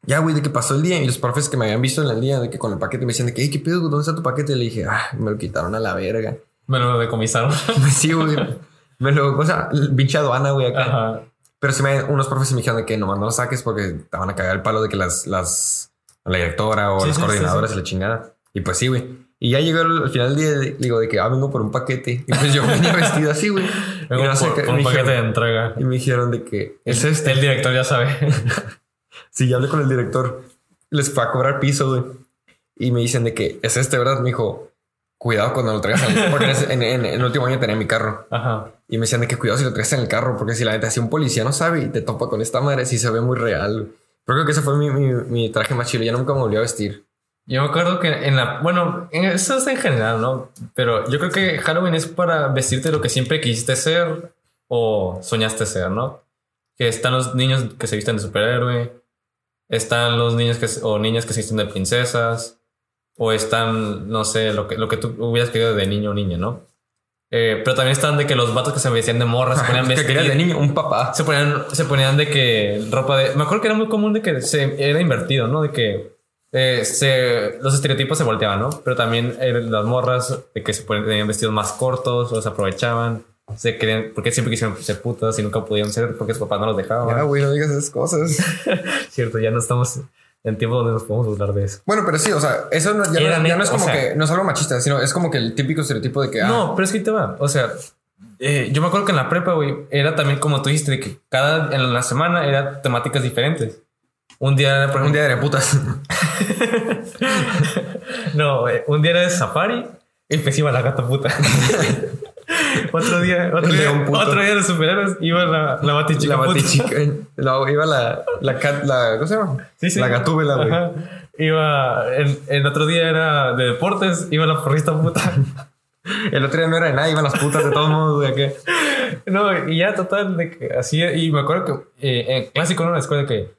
S2: ya, güey, de que pasó el día y los profes que me habían visto en el día, de que con el paquete me decían de que, "Ey, ¿qué pedo? güey? ¿Dónde está tu paquete? Y le dije, ah, me lo quitaron a la verga.
S1: Me lo decomisaron.
S2: Pues sí, güey. Me lo, o sea, el pinche aduana, güey, acá.
S1: Ajá.
S2: Pero sí me, unos profes sí me dijeron de que nomás no lo saques porque te van a cagar el palo de que las, las, la directora o
S1: Sí,
S2: las
S1: sí, sí,
S2: coordinadoras
S1: sí.
S2: se la chingada. Y pues sí, güey. Y ya llegó el- al final del día, le digo de que, ah, vengo por un paquete. Y pues yo venía vestido así, güey. Y
S1: Luego
S2: no sé
S1: por-
S2: qué-
S1: por un
S2: me
S1: paquete de
S2: dijeron-
S1: entrega.
S2: y me dijeron de que es este.
S1: El director ya sabe.
S2: Sí, ya hablé con el director. Les fue a cobrar piso, güey. Y me dicen de que es este, ¿verdad? Me dijo, cuidado cuando lo traigas al- Porque en, ese- en- en- en el último año tenía mi carro.
S1: Ajá.
S2: Y me decían de que cuidado si lo traes en el carro, porque si la neta, si un policía no sabe y te topa con esta madre, sí se ve muy real. Pero creo que ese fue mi, mi, mi traje más chido. Ya nunca me volví a vestir.
S1: Yo me acuerdo que en la. Bueno, en- eso es en general, ¿no? Pero yo creo que Halloween es para vestirte lo que siempre quisiste ser o soñaste ser, ¿no? Que están los niños que se visten de superhéroe, están los niños que, se- o niñas que se visten de princesas, o están, no sé, lo que, lo que tú hubieras querido de niño o niña, ¿no? Eh, pero también están de que los vatos que se vestían de morras se ponían
S2: Los que quería
S1: vestir-
S2: de niño, un papá.
S1: se ponían, se ponían de que ropa de. Me acuerdo que era muy común de que se era invertido, ¿no? De que eh, se, los estereotipos se volteaban, ¿no? Pero también eh, las morras de que se ponían, tenían vestidos más cortos, los aprovechaban, se querían, porque siempre quisieron ser putas y nunca pudieron ser porque sus papás no los dejaban.
S2: Ya, Ah, güey, no digas esas cosas.
S1: Cierto, ya no estamos en tiempo donde nos podemos burlar de eso.
S2: Bueno, pero sí, o sea, eso no, ya, no-
S1: Era
S2: ya no
S1: neta,
S2: es
S1: o
S2: como
S1: sea.
S2: que, no es algo machista, sino es como que el típico estereotipo de que, ah,
S1: No, pero es que ahí te va. O sea, eh, yo me acuerdo que en la prepa, güey, era también como tú dijiste, de que cada en la semana era temáticas diferentes. Un día era, por ejemplo,
S2: un día de putas.
S1: No, eh, un día era de safari y pues iba la gata puta. otro día, otro
S2: El
S1: día,
S2: león puto.
S1: otro día de superhéroes iba la, la batichica
S2: la
S1: puta.
S2: batichica. La, iba la, la, cat- la, ¿cómo se llama?
S1: Sí, sí.
S2: La gatúbela, güey.
S1: Ajá. Iba, el, el otro día era de deportes, iba la porrista puta.
S2: El otro día no era de nada, iban las putas de todos modos, güey, que
S1: no, y ya total, de que así, y me acuerdo que eh, en clásico en una escuela que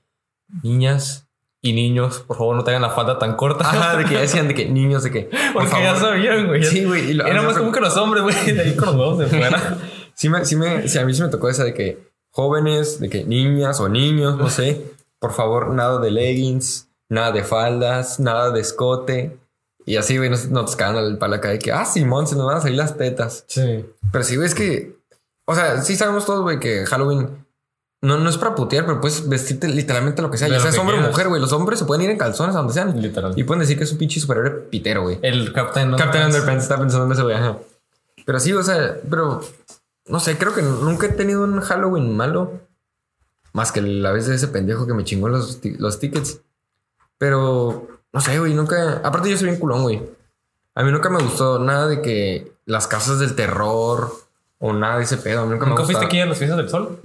S1: niñas y niños, por favor, no tengan la falda tan corta.
S2: Ajá, de que decían de que niños, de que. por
S1: Porque ya
S2: favor.
S1: sabían, güey.
S2: Sí, güey, y lo-
S1: Era más
S2: pero-
S1: como que los hombres, güey, de ahí con los huevos de fuera.
S2: Sí, me, sí, me, sí, a mí sí me tocó esa de que jóvenes, de que niñas o niños, no sé, por favor, nada de leggings, nada de faldas, nada de escote. Y así, güey, nos, nos cagaban el palo acá de que, ah, Simón, se nos van a salir las tetas.
S1: Sí.
S2: Pero sí, güey, es que, o sea, sí sabemos todos, güey, que Halloween no, no es para putear, pero puedes vestirte literalmente lo que sea,
S1: De
S2: ya
S1: lo
S2: seas
S1: que
S2: hombre o
S1: quieras.
S2: mujer, güey. Los hombres se pueden ir en calzones a donde sean
S1: Literal.
S2: y pueden decir que es un pinche superhéroe pitero, güey.
S1: El Captain Underpants.
S2: Captain Underpants está pensando en ese güey. ajá. Pero sí, o sea, pero no sé, creo que nunca he tenido un Halloween malo. Más que la vez de ese pendejo que me chingó los, ti- los tickets. Pero no sé, güey, nunca. Aparte, yo soy bien culón, güey. A mí nunca me gustó nada de que las casas del terror o nada de ese pedo. A mí nunca,
S1: ¿Nunca
S2: me
S1: fuiste
S2: gustó.
S1: aquí a las fiestas del sol?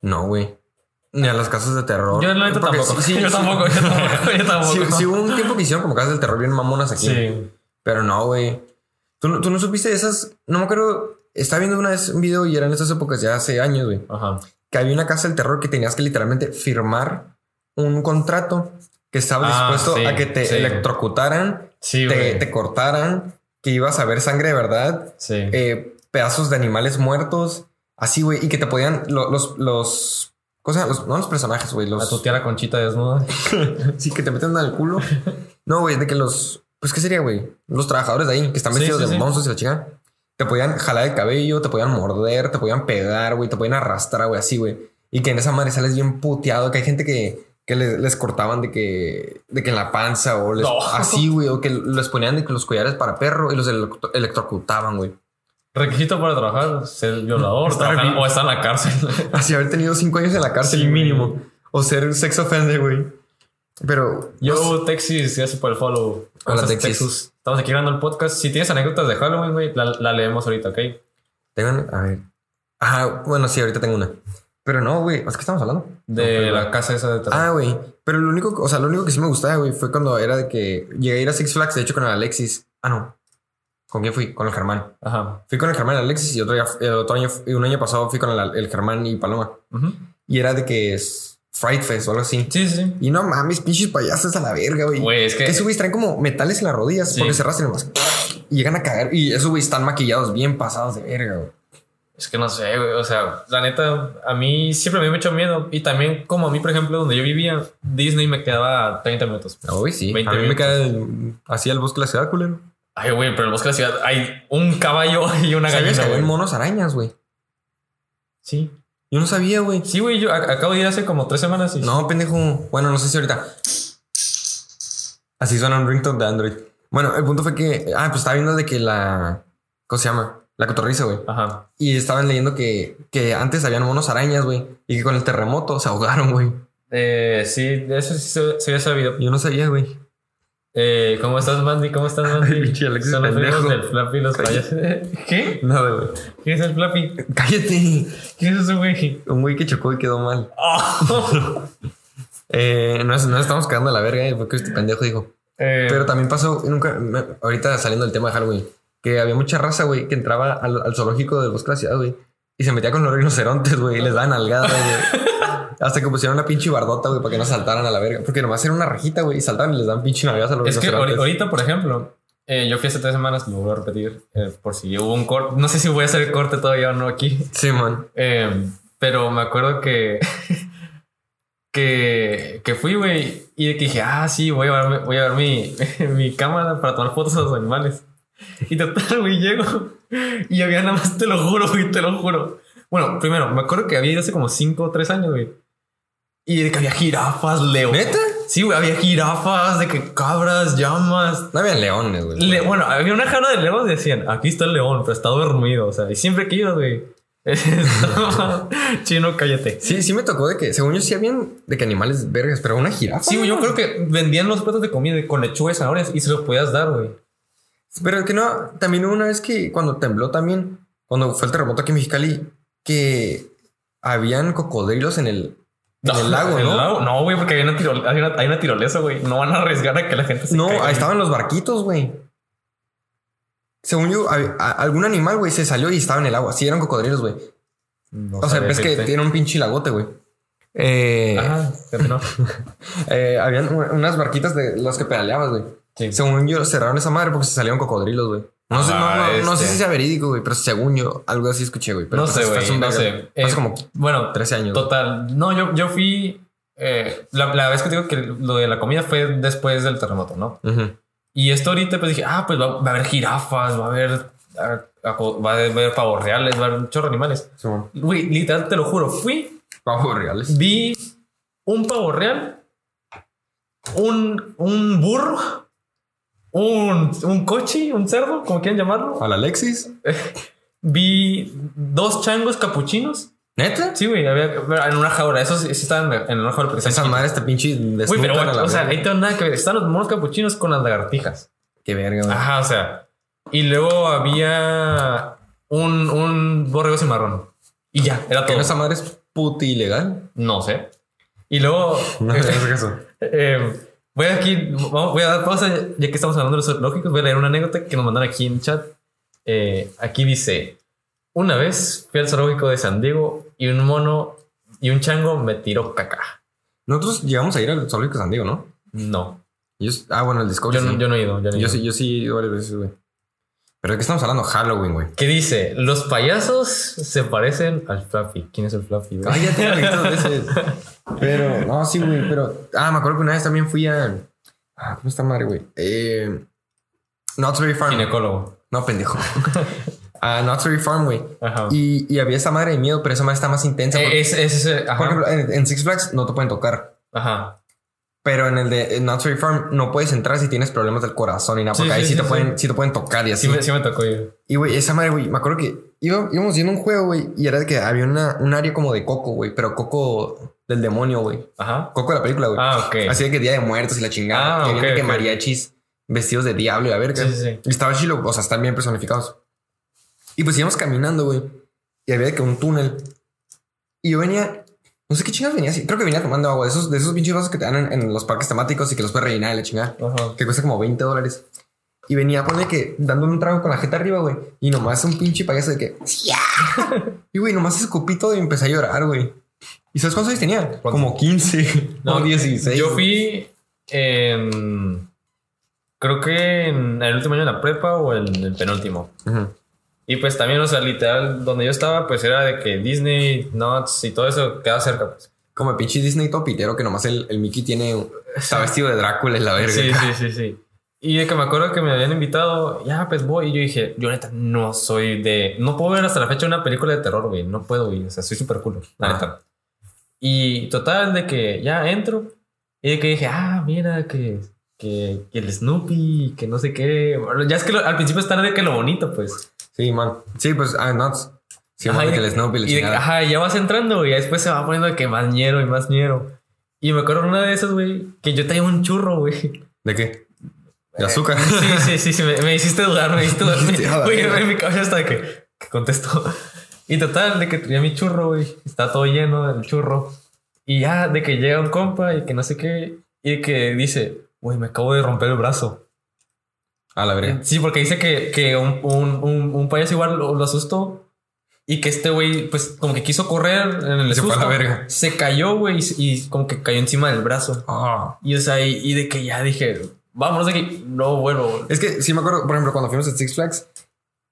S2: No, güey. Ni a las casas de terror.
S1: Yo la neta
S2: Porque
S1: tampoco.
S2: sí- sí-
S1: yo,
S2: sí-
S1: tampoco yo tampoco, yo tampoco.
S2: sí- sí hubo un tiempo que hicieron como casas del terror bien mamonas aquí.
S1: Sí.
S2: Pero no, güey. ¿Tú, no- tú no supiste de esas. No me acuerdo. Estaba viendo una vez un video y eran esas épocas ya hace años, güey.
S1: Ajá.
S2: Que había una casa del terror que tenías que literalmente firmar un contrato que estabas
S1: Ah,
S2: dispuesto
S1: sí,
S2: a que te
S1: sí.
S2: electrocutaran,
S1: Sí,
S2: te,
S1: güey.
S2: te cortaran, que ibas a ver sangre de verdad,
S1: Sí.
S2: eh, pedazos de animales muertos, así, güey, y que te podían lo- los. los cosas, los, no los personajes, güey, los.
S1: a tu tía la conchita desnuda.
S2: Sí, que te meten al culo. No, güey, de que los. Pues, ¿qué sería, güey? Los trabajadores de ahí, que están
S1: Sí,
S2: vestidos
S1: sí,
S2: de
S1: sí.
S2: monstruos y la chica. Te podían jalar el cabello, te podían morder, te podían pegar, güey, te podían arrastrar, güey, así, güey. Y que en esa madre sales bien puteado, que hay gente que, que les, les cortaban de que, de que en la panza o les-
S1: No.
S2: así, güey, o que les ponían de que los collares para perro y los electro- electrocutaban, güey.
S1: Requisito para trabajar, ser violador
S2: Estar
S1: trabajar-
S2: vivo.
S1: o estar en la cárcel.
S2: Así haber tenido cinco años en la cárcel
S1: Sí, güey.
S2: mínimo. O ser sex offender, güey. Pero
S1: Yo, Texas, gracias por el follow.
S2: Hola,
S1: Gracias,
S2: Texas.
S1: Estamos aquí grabando el podcast. Si tienes anécdotas de Halloween, güey, la, la leemos ahorita, ¿ok?
S2: Tengo, a ver. Ah, bueno, sí, ahorita tengo una. Pero no, güey. ¿Es que estamos hablando?
S1: De la casa esa de terror.
S2: Ah, güey. Pero lo único, o sea, lo único que sí me gustaba, güey, fue cuando era de que llegué a ir a Six Flags, de hecho, con el Alexis. Ah, no. ¿Con quién fui? Con el Germán.
S1: Ajá.
S2: Fui con el Germán y el Alexis y otro, día- el otro año, un año pasado fui con el, el Germán y Paloma.
S1: Ujú.
S2: Y era de que es Fright Fest o algo así.
S1: Sí, sí, sí.
S2: Y no mames, pinches payasos a la verga, güey.
S1: Güey, es que.
S2: Que esos güeyes traen como metales en las rodillas
S1: Sí.
S2: porque se rastran nomás. Y llegan a caer. Y esos güeyes están maquillados bien pasados de verga, güey.
S1: Es que no sé, güey. O sea, la neta, a mí siempre me había mucho miedo. Y también, como a mí, por ejemplo, donde yo vivía, Disney me quedaba a 30 minutos.
S2: Ah, güey, sí.
S1: 20
S2: a mí me
S1: minutos.
S2: cae el- así al bosque de la ciudad, culero.
S1: Ay, güey, pero en el bosque de la ciudad hay un caballo y una
S2: ¿Sabías que
S1: gallina,
S2: había
S1: güey.
S2: monos arañas, güey?
S1: Sí.
S2: Yo no sabía, güey.
S1: Sí, güey, yo ac- acabo de ir hace como tres semanas y...
S2: No, pendejo. Bueno, no sé si ahorita. Así suena un ringtone de Android. Bueno, el punto fue que. Ah, pues estaba viendo de que la. ¿Cómo se llama? La cotorriza, güey.
S1: Ajá.
S2: Y estaban leyendo que, que antes habían monos arañas, güey. Y que con el terremoto se ahogaron, güey.
S1: Eh, sí, de eso sí se, se había sabido.
S2: Yo no sabía, güey.
S1: Eh, ¿Cómo estás, Mandy? ¿Cómo estás, Mandy?
S2: Pinche Alexis
S1: Son los
S2: pendejo.
S1: amigos del Flappy y los
S2: Cállate.
S1: payasos. ¿Qué?
S2: Nada, güey.
S1: ¿Quién es el Flappy?
S2: Cállate.
S1: ¿Quién es ese güey?
S2: Un güey que chocó y quedó mal.
S1: Oh.
S2: Eh, no, es- no estamos cagando a la verga, eh, porque este pendejo dijo.
S1: Eh,
S2: Pero también pasó, nunca, me- ahorita saliendo del tema de Halloween, que había mucha raza, güey, que entraba al, al zoológico del bosque de la ciudad, güey, y se metía con los rinocerontes, güey, y les daban algadas, güey. Hasta que pusieron una pinche bardota, güey, para que no saltaran a la verga. Porque nomás era una rajita, güey, y saltaban y les dan pinche nalgadas a los
S1: es que ahori-
S2: rinocerontes.
S1: ahorita, por ejemplo, eh, yo fui hace tres semanas, lo vuelvo a repetir, eh, por si hubo un corte. No sé si voy a hacer el corte todavía o no aquí.
S2: Sí, man.
S1: Eh, pero me acuerdo que, que, que fui, güey, y de que dije, ah, sí, voy a llevar, voy a llevar mi, mi cámara para tomar fotos a los animales. Y total, güey, llego y había nada más, te lo juro, güey, te lo juro. Bueno, primero, me acuerdo que había ido hace como 5 o 3 años, güey. Y de que había jirafas, Leo.
S2: ¿Neta?
S1: Sí, güey, había jirafas, de que cabras, llamas,
S2: No había leones, güey.
S1: le- bueno, había una jara de leones y decían, aquí está el león, pero está dormido, o sea, y siempre que ibas, güey. estaba- Chino, cállate.
S2: Sí, sí me tocó de que, según yo, sí habían de que animales vergas, pero una jirafa.
S1: Ah, Sí, güey, yo
S2: ¿no?
S1: creo que vendían los platos de comida con lechuga y zanahorias y se los podías dar, güey.
S2: Pero que no, también hubo una vez que cuando tembló también, cuando fue el terremoto aquí en Mexicali, que habían cocodrilos en el, en el lago,
S1: ¿En
S2: ¿no?
S1: el lago? No, güey, porque hay una, tiro- hay, una, hay una tirolesa, güey. No van a arriesgar a que la gente se
S2: No,
S1: caiga.
S2: ahí estaban los barquitos, güey. Según yo, a- a- algún animal, güey, se salió y estaba en el agua. Sí, eran cocodrilos, güey.
S1: No
S2: O sea,
S1: sabía
S2: ves que
S1: decirte.
S2: tiene un pinche lagote, güey. Eh,
S1: Ajá, no.
S2: eh, habían u- unas barquitas de las que pedaleabas, güey.
S1: Sí.
S2: Según yo, cerraron esa madre porque se salieron cocodrilos, güey. No, sé, no,
S1: Ah,
S2: no- no sé
S1: este.
S2: si sea verídico, güey, pero según yo, algo así escuché, güey.
S1: No
S2: Pero pues
S1: sé,
S2: hace-
S1: güey,
S2: hace un
S1: no
S2: verga.
S1: sé. Eh,
S2: Hace como
S1: Bueno,
S2: 13 años. güey.
S1: Total. No, yo, yo fui. eh, la, la vez que te digo que lo de la comida fue después del terremoto, ¿no?
S2: Ujú.
S1: Y esto ahorita, pues dije, ah, pues va, va a haber jirafas, va a haber. a- a- va a haber pavos reales, va a haber un chorro de animales. Güey, literal, te lo juro. Fui,
S2: Pavos reales.
S1: vi un pavo real, un, un burro, un, un coche, un cerdo, como quieran llamarlo.
S2: ¿Al Alexis?
S1: Vi dos changos capuchinos.
S2: ¿Neta?
S1: Sí, güey, había en una jaula. Esos sí sí estaban en una jaula, pero
S2: Esa
S1: estaban
S2: madre este pinche
S1: Güey, pero
S2: desnudan a la
S1: o sea,
S2: verga.
S1: ahí tengo nada que ver. Están los monos capuchinos con las lagartijas.
S2: Qué verga, güey.
S1: Ajá, o sea. Y luego había un, un borrego cimarrón. Y ya, era
S2: Que
S1: todo.
S2: no, esa madre es puti ilegal.
S1: No sé. Y luego. eh, voy aquí. vamos- Voy a dar pausa. Ya que estamos hablando de los zoológicos, voy a leer una anécdota que nos mandan aquí en chat. Eh, aquí dice: Una vez fui al zoológico de San Diego y un mono y un chango me tiró caca.
S2: Nosotros llegamos a ir al zoológico de San Diego, ¿no?
S1: No.
S2: Yo- ah, bueno, el Discovery.
S1: Yo, no-
S2: sí.
S1: yo no he ido. Yo, no he
S2: Yo
S1: ido.
S2: sí, yo sí, he ido varias veces, güey. Pero de qué estamos hablando? Halloween, güey.
S1: que dice, los payasos se parecen al Fluffy. ¿Quién es el Fluffy? güey?
S2: Cállate, güey, dos veces. Pero, no, sí, güey, pero. Ah, me acuerdo que una vez también fui a. Ah, ¿cómo está madre, güey? Eh. Knott's Farm.
S1: Ginecólogo.
S2: No, pendejo. a Knott's Farm, güey.
S1: Ajá.
S2: Y, y había esa madre de miedo, pero esa madre está más intensa. porque,
S1: Eh, es, es, es-
S2: por
S1: ajá,
S2: ejemplo, en, en Six Flags no te pueden tocar.
S1: ajá.
S2: Pero en el de Nursery Farm no puedes entrar si tienes problemas del corazón y nada,
S1: Sí,
S2: porque ahí
S1: sí,
S2: sí,
S1: sí,
S2: te
S1: sí.
S2: Pueden, sí te pueden tocar y así.
S1: Sí, me, sí me tocó ir.
S2: Y güey, esa madre, güey, me acuerdo que iba- íbamos viendo un juego, güey, y era de que había una, un área como de coco, güey, pero coco del demonio, güey.
S1: Ajá.
S2: Coco de la película, güey.
S1: Ah, ok.
S2: Así de que Día de Muertos y la chingada.
S1: Ah,
S2: y había de
S1: ok,
S2: que
S1: ok.
S2: mariachis vestidos de diablo y a ver
S1: Sí, sí, sí.
S2: Y estaba chilo, o sea, están bien personificados. Y pues íbamos caminando, güey. Y había de que un túnel. Y yo venía, no sé qué chingas venía así. Creo que venía tomando agua de esos, de esos pinches vasos que te dan en, en los parques temáticos y que los puedes rellenar y la chingada.
S1: Ajá.
S2: Que cuesta como 20 dólares. Y venía, ponle que dando un trago con la jeta arriba, güey. Y nomás un pinche payaso de que. "Sí, ah". Y güey, nomás escupí todo y empecé a llorar, güey. ¿Y sabes cuántos años tenía? Como 15. No, 16.
S1: Yo
S2: güey.
S1: fui en. Creo que en el último año de la prepa o en el penúltimo.
S2: Ujú.
S1: Y pues también, o sea, literal, donde yo estaba, pues era de que Disney, Nuts y todo eso quedaba cerca. Pues.
S2: Como el pinche Disney todo pitero que nomás el, el Mickey tiene. Está vestido de Drácula en la verga.
S1: Sí, sí, sí, sí. Y de que me acuerdo que me habían invitado, ya pues voy. Y yo dije, yo neta, no soy de. No puedo ver hasta la fecha una película de terror, güey. No puedo, güey. O sea, soy súper culo, la
S2: Ah.
S1: neta. Y total, de que ya entro. Y de que dije, ah, mira, que, que, que el Snoopy, que no sé qué. Bueno, ya es que lo- al principio está de que lo bonito, pues.
S2: Sí, man. Sí, pues, ah, nuts. Sí,
S1: Ajá,
S2: man,
S1: y
S2: de que
S1: de-
S2: el Snoopy y
S1: Y
S2: la
S1: de que,
S2: chingada.
S1: ajá, ya vas entrando, güey. y Después se va poniendo de que más ñero y más ñero. Y me acuerdo una de esas, güey, que yo traía un churro, güey.
S2: ¿De qué? De azúcar.
S1: Sí, sí, sí, sí, me, me hiciste dudar, me hiciste dudar.
S2: Dijiste, "A la
S1: Güey,
S2: verga".
S1: en mi cabeza hasta que, que contestó. Y total, de que traía mi churro, güey. Está todo lleno del churro. Y ya, de que llega un compa y que no sé qué. Y que dice, güey, me acabo de romper el brazo.
S2: A la verga.
S1: Sí, porque dice que, que un, un, un, un payaso igual lo, lo asustó. Y que este güey, pues, como que quiso correr en el
S2: Se fue a la
S1: susto.
S2: verga.
S1: Se cayó, güey, y, y como que cayó encima del brazo.
S2: Ah.
S1: Y o sea, y, y de que ya dije, vámonos de aquí. No vuelvo.
S2: Es que sí me acuerdo, por ejemplo, cuando fuimos a Six Flags,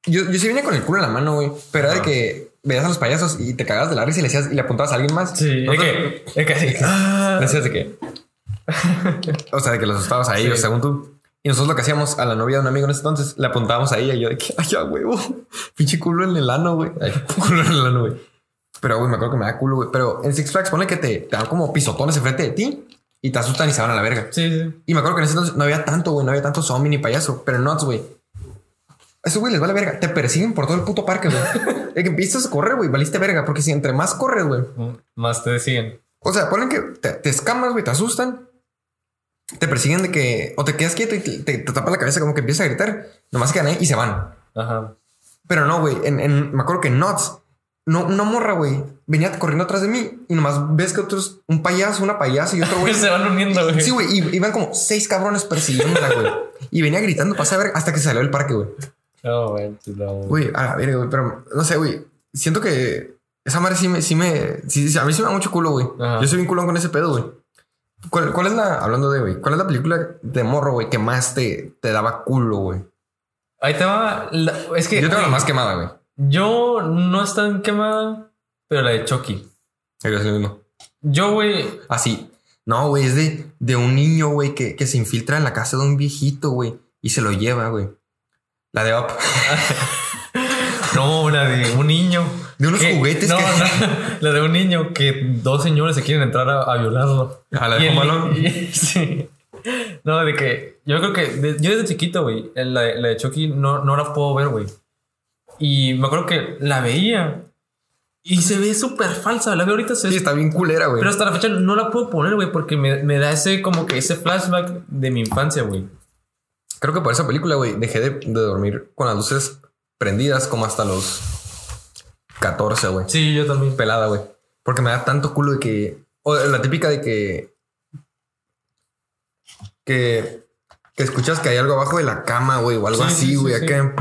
S2: yo, yo sí venía con el culo en la mano, güey. Pero era de
S1: Ajá.
S2: que veías a los payasos y te cagabas de la risa y le hacías y le apuntabas a alguien más.
S1: Sí, es
S2: Nosotros-
S1: que, es que así. ah.
S2: le hacías de que. o sea, de que los asustabas a
S1: Sí.
S2: ellos, según tú. Y nosotros lo que hacíamos a la novia de un amigo en ese entonces, le apuntábamos a ella y yo de que, ay, a huevo, pinche culo en el ano, güey. Ay, culo en el ano, güey. Pero, güey, me acuerdo que me da culo, güey. Pero en Six Flags, ponle que te, te dan como pisotones enfrente de ti y te asustan y se van a la verga.
S1: Sí, sí.
S2: Y me acuerdo que en ese entonces no había tanto, güey. No había tanto zombie ni payaso. Pero no, güey. Eso, güey, les vale verga. Te persiguen por todo el puto parque, güey. El que empiezas a correr, güey, valiste verga. Porque si entre más corres, güey.
S1: Más te decían.
S2: O sea, ponen que te, te escamas, güey, te asustan. Te persiguen de que... O te quedas quieto y te, te, te tapas la cabeza como que empiezas a gritar. Nomás quedan ahí y se van.
S1: Ajá.
S2: Pero no, güey. En, en- me acuerdo que en Nuts, no, una morra, güey, venía corriendo atrás de mí y nomás ves que otros, un payaso, una payasa y otro güey
S1: Pues se van uniendo, güey.
S2: Sí, güey, y- iban como seis cabrones persiguiéndola, güey. Y venía gritando, pasa a ver, hasta que salió del parque, güey.
S1: No, güey, Oh, sí, no, güey.
S2: Güey, a la verga, güey, pero no sé, güey. Siento que esa madre sí me, sí me, sí, sí, a mí sí me da mucho culo, güey.
S1: Ajá.
S2: Yo soy bien culón con ese pedo, güey. ¿Cuál, cuál es la, hablando de, güey, cuál es la película de morro, güey, que más te, te daba culo, güey?
S1: Ahí te va. la- es que
S2: Yo tengo la
S1: güey,
S2: más quemada, güey.
S1: yo no es tan quemada, pero la de Chucky.
S2: Ahí va a ser el mismo.
S1: Yo, güey,
S2: Así. No, güey, es de, de un niño, güey, que, que se infiltra en la casa de un viejito, güey, y se lo lleva, güey. La de Up.
S1: no, la de un niño.
S2: De unos juguetes
S1: no,
S2: que-
S1: no, la de un niño que dos señores se quieren entrar a, a violarlo.
S2: A la de
S1: Y el-
S2: Home Alone.
S1: y- sí. No, de que yo creo que de- yo desde chiquito, güey, en la, de- la de Chucky no, no la puedo ver, güey. Y me acuerdo que la veía y se ve súper falsa. La veo ahorita, se ve
S2: Sí, está bien culera, güey.
S1: pero hasta la fecha no la puedo poner, güey, porque me, me da ese como que ese flashback de mi infancia, güey.
S2: Creo que por esa película, güey, dejé de, de dormir con las luces prendidas como hasta los 14, güey.
S1: Sí, yo también.
S2: Pelada, güey. Porque me da tanto culo de que... O la típica de que... Que... Que escuchas que hay algo abajo de la cama, güey, o algo
S1: Sí, sí,
S2: así,
S1: sí,
S2: güey,
S1: sí.
S2: acá.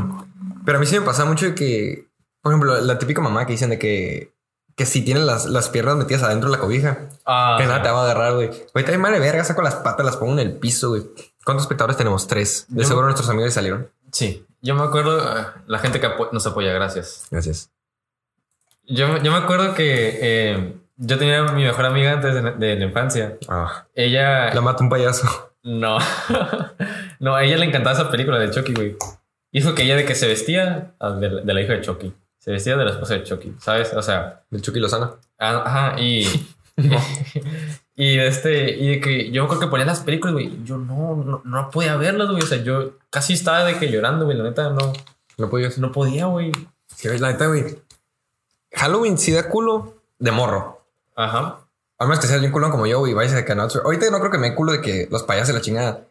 S2: Pero a mí sí me pasa mucho de que... Por ejemplo, la típica mamá que dicen de que... Que si tienen las, las piernas metidas adentro de la cobija.
S1: Ah,
S2: Que nada te va a agarrar, güey. Güey, también madre verga, saco las patas, las pongo en el piso, güey. ¿Cuántos espectadores tenemos? Tres. De
S1: Yo-
S2: seguro nuestros amigos salieron.
S1: sí, yo me acuerdo, ah, la gente que apo- nos apoya, gracias.
S2: Gracias.
S1: Yo, yo me acuerdo que eh, yo tenía mi mejor amiga antes de, de la infancia.
S2: Ah,
S1: Ella...
S2: la mata un payaso.
S1: No. no, a ella le encantaba esa película de Chucky, güey. Dijo que ella de que se vestía ah, de, la- de la hija de Chucky. Se vestía de la esposa de Chucky, ¿sabes? O sea,
S2: El Chucky Lozano.
S1: Ah, Ajá, y. y este, y de que yo creo que ponía las películas, güey. Yo no, no, no podía verlas, güey. O sea, yo casi estaba de que llorando, güey. La neta, no,
S2: No podía
S1: no podía, güey.
S2: Sí, güey, la neta, güey. Halloween sí da culo de morro.
S1: Ajá.
S2: A menos que seas bien culón como yo, güey. Vaya de que no. Ahorita no creo que me dé culo de que los payasos la chingada.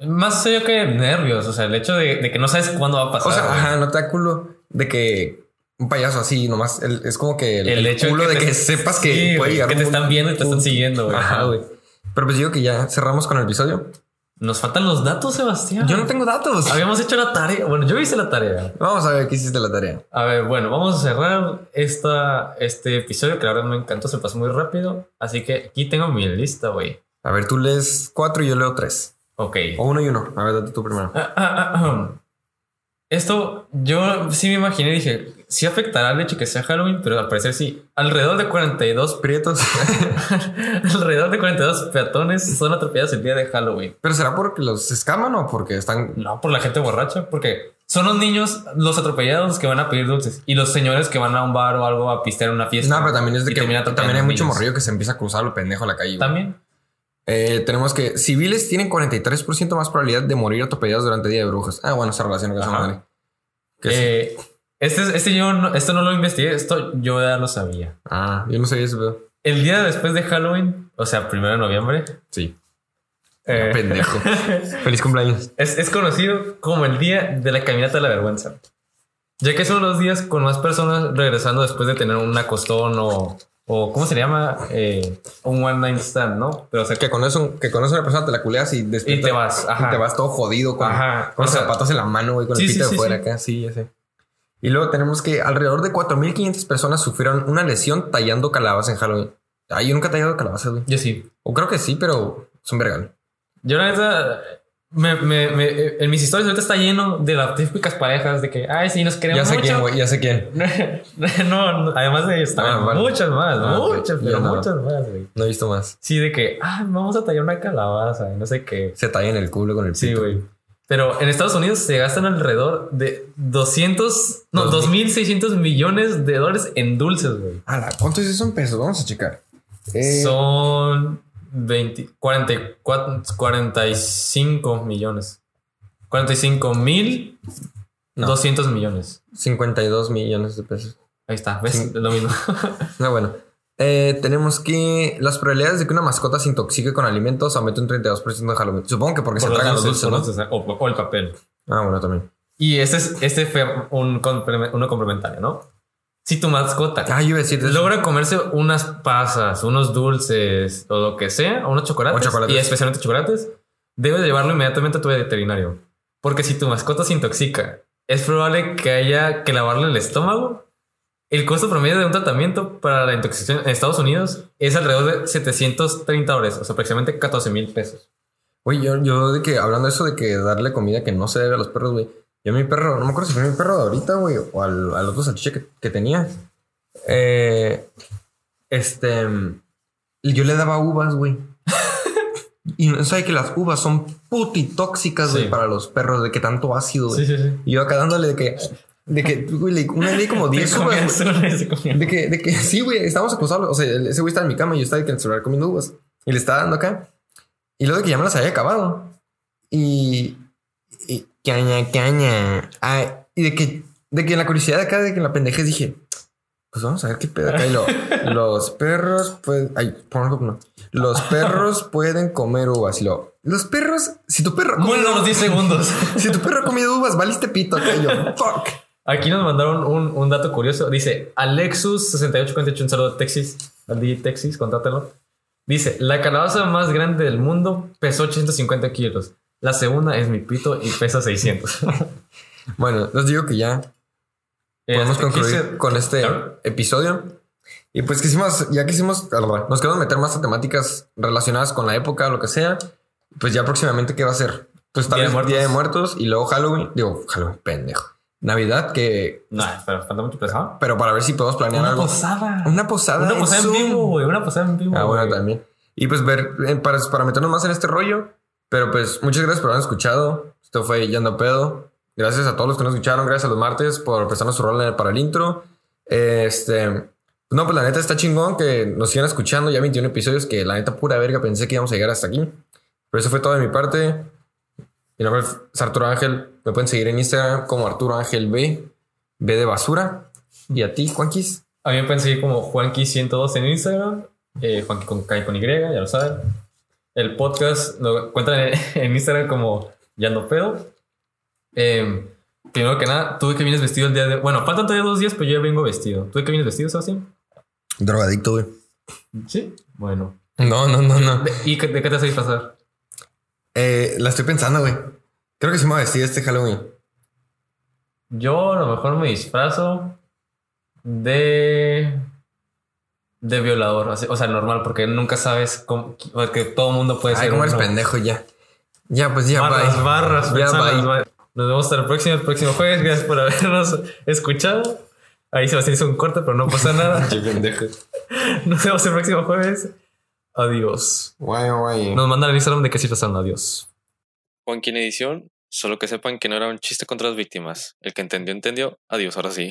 S1: Más yo que nervios, o sea, el hecho de, de que no sabes cuándo va a pasar.
S2: O sea,
S1: güey.
S2: ajá, no te da culo. de que un payaso así, nomás el- es como que el,
S1: El
S2: el
S1: hecho de
S2: culo
S1: que
S2: de que,
S1: te-
S2: sepas
S1: Sí,
S2: que puede
S1: güey,
S2: llegar
S1: que
S2: un
S1: te
S2: punto-
S1: están viendo y te están siguiendo, güey.
S2: Ajá, güey. Pero pues digo que ya cerramos con el episodio.
S1: Nos faltan los datos, Sebastián.
S2: Yo no tengo datos.
S1: Habíamos hecho la tarea. Bueno, yo hice la tarea.
S2: Vamos a ver qué hiciste la tarea.
S1: A ver, bueno, vamos a cerrar esta, este episodio que la verdad me encantó, se pasó muy rápido. Así que aquí tengo mi lista, güey.
S2: A ver, tú lees cuatro y yo leo tres.
S1: Ok.
S2: O uno y uno. A ver, date tú primero.
S1: Ah, ah, ah, ah. Esto yo sí me imaginé, dije, sí afectará el hecho que sea Halloween, pero al parecer sí. Alrededor de 42,
S2: Prietos.
S1: alrededor de 42 peatones son atropellados el día de Halloween.
S2: Pero será porque los escaman o porque están.
S1: No, por la gente borracha, porque son los niños los atropellados los que van a pedir dulces y los señores que van a un bar o algo a pistear en una fiesta.
S2: No, pero también es de
S1: y
S2: que
S1: termina
S2: también,
S1: atropellando
S2: hay mucho
S1: niños.
S2: morrillo que se empieza a cruzar lo pendejo en la calle. güey.
S1: También.
S2: Eh, tenemos que civiles tienen 43% más probabilidad de morir atropellados durante Día de Brujas. Ah, bueno, se relaciona con esa
S1: Ajá.
S2: madre. Que sí.
S1: Eh, este, este yo no, esto no lo investigué, esto yo ya lo sabía.
S2: Ah, yo no sabía ese pedo.
S1: El día después de Halloween, o sea, primero de noviembre,
S2: Sí.
S1: eh,
S2: Pendejo. Feliz cumpleaños.
S1: es, es conocido como el día de la caminata de la vergüenza, ya que son los días con más personas regresando después de tener un acostón o, o ¿cómo se llama? Eh, un one night stand, ¿no? Pero o sea,
S2: Que con eso, que con eso una persona te la culeas y después
S1: Y te vas, ajá.
S2: te vas todo jodido con,
S1: Ajá.
S2: con
S1: O
S2: los
S1: sea,
S2: zapatos en la mano, güey, con
S1: sí,
S2: el
S1: sí,
S2: pito
S1: sí,
S2: de fuera
S1: sí.
S2: acá. Sí, ya sé. Y luego tenemos que alrededor de 4.500 personas sufrieron una lesión tallando calabazas en Halloween. Ay, yo nunca he tallado calabazas, güey.
S1: yo sí.
S2: O creo que sí, pero es un vergal.
S1: Yo la neta, me, me- me- en mis historias ahorita está lleno de las típicas parejas de que, ay, sí, nos queremos
S2: Ya sé
S1: mucho.
S2: quién, güey, ya sé quién.
S1: no, no, además de ellos también,
S2: Ah, vale.
S1: muchas más,
S2: Ah, ok.
S1: muchas,
S2: Ya,
S1: pero
S2: no.
S1: muchas más, güey.
S2: No he visto más.
S1: Sí, de que, ah, vamos a tallar una calabaza y no sé qué.
S2: Se tallan el culo con el
S1: Sí,
S2: pito.
S1: güey. Pero en Estados Unidos se gastan alrededor de 200, no,
S2: Dos
S1: 2.600 millones de dólares en dulces, güey.
S2: Ala, ¿cuánto es eso en pesos? Vamos a checar. Eh,
S1: Son 20, 44, 45 millones. 45 mil
S2: No.
S1: 200 millones.
S2: 52 millones de pesos.
S1: Ahí está, ¿ves?
S2: Sí.
S1: Lo mismo.
S2: No, bueno. Eh, tenemos que las probabilidades de que una mascota se intoxique con alimentos aumentan un 32% en Halloween. Supongo que porque
S1: Por
S2: se tragan los
S1: dulces,
S2: dulces, ¿no?
S1: por dulces, o- o el papel.
S2: Ah, bueno, también.
S1: Y este, es, este fue un complemen- uno complementario, ¿no? Si tu mascota
S2: Ah, yo iba a decir eso.
S1: logra comerse unas pasas, unos dulces o lo que sea, o unos chocolates,
S2: O chocolates.
S1: y especialmente chocolates, debes de llevarlo inmediatamente a tu veterinario. Porque si tu mascota se intoxica, es probable que haya que lavarle el estómago. El costo promedio de un tratamiento para la intoxicación en Estados Unidos es alrededor de 730 dólares, o sea, aproximadamente 14 mil pesos.
S2: Oye, yo, yo de que hablando de eso de que darle comida que no se debe a los perros, güey. Yo a mi perro, no me acuerdo si fue mi perro de ahorita, güey, o al, al otro salchicha que, que tenía. Eh, este, mm, yo le daba uvas, güey. y no sabe que las uvas son putitóxicas, güey,
S1: Sí.
S2: para los perros, de que tanto ácido, güey.
S1: sí, sí.
S2: Y yo acá dándole de que, de que, güey, le- una ley como 10 uvas, güey. De que, de que sí, güey, estábamos acostados. O sea, el- ese güey estaba en mi cama y yo estaba de que en el celular comiendo uvas. Y le estaba dando acá. Y luego de que ya me las había acabado. Y. y caña, caña. Ay, y de que, de que en la curiosidad de acá, de que en la pendejez dije, pues vamos a ver qué pedo acá. Y lo- los perros pueden. Ay, por favor, no. Los perros pueden comer uvas. Y lo. Los perros. Si tu perro. ha comido-
S1: Bueno, los 10 segundos.
S2: Si tu perro ha comido uvas, valiste pito acá. Y yo, fuck.
S1: Aquí nos mandaron un, un dato curioso. Dice Alexus 6848, un saludo de Texas, al DJ Texas, contrátelo. Dice, la calabaza más grande del mundo pesó 850 kilos. La segunda es mi pito y pesa 600.
S2: Bueno, les digo que ya
S1: Eh,
S2: podemos
S1: hasta aquí
S2: concluir
S1: se-
S2: con este
S1: Claro.
S2: episodio. Y pues quisimos, ya quisimos, ah, nos queremos meter más a temáticas relacionadas con la época, lo que sea. Pues ya próximamente, ¿qué va a ser? Pues tal
S1: Día de
S2: vez
S1: Muertos.
S2: Día de Muertos y luego Halloween. Digo, Halloween, pendejo. Navidad, que...
S1: No, pero falta mucho pesado.
S2: Pero para ver si podemos planear algo.
S1: posada. Una
S2: Una posada.
S1: posada,
S2: en
S1: en
S2: Zoom.
S1: vivo, güey. Una posada en vivo.
S2: Ah, bueno,
S1: güey.
S2: también. Y pues ver, eh, para, para meternos más en este rollo. Pero pues muchas gracias por habernos escuchado. Esto fue Yando Pedo. Gracias a todos los que nos escucharon. Gracias a los martes por prestarnos su rol en- para el intro. Este. No, pues la neta está chingón que nos sigan escuchando. Ya 21 episodios que la neta pura verga pensé que íbamos a llegar hasta aquí. Pero eso fue todo de mi parte. Mi nombre es Arturo Ángel. Me pueden seguir en Instagram como Arturo Ángel B. B de basura. Y a ti, Juanquis.
S1: A mí me pueden seguir como Juanqui102 en Instagram. Eh, Juanqui con K y con Y, ya lo saben. El podcast lo encuentran en, en Instagram como Ya no pedo. Eh, Primero que nada, tú que vienes vestido el día de. Bueno, faltan todavía dos días, pero yo ya vengo vestido. ¿Tú que vienes vestido, Sebastián?
S2: Drogadicto, güey.
S1: Sí. Bueno.
S2: No, no, no, no.
S1: ¿Y qué- de qué te vas a disfrazar?
S2: Eh, la estoy pensando, güey. Creo que sí me voy a vestir este Halloween.
S1: Yo a lo mejor me disfrazo de. de violador. así- O sea, normal, porque nunca sabes cómo. Porque todo el mundo puede
S2: Ay,
S1: ser.
S2: cómo eres
S1: uno.
S2: pendejo ya. Ya, pues ya,
S1: barras,
S2: bye.
S1: barras,
S2: Ya,
S1: personas,
S2: bye.
S1: bye. Nos vemos hasta el próximo, el próximo jueves. Gracias por habernos escuchado. Ahí se hizo un corte, pero no pasa nada.
S2: Qué pendejo.
S1: Nos vemos el próximo jueves. Adiós.
S2: Guay, guay.
S1: Nos mandan el Instagram de que sí pasaron. Adiós. Juan en Edición, solo que sepan que no era un chiste contra las víctimas. El que entendió, entendió. Adiós, ahora sí.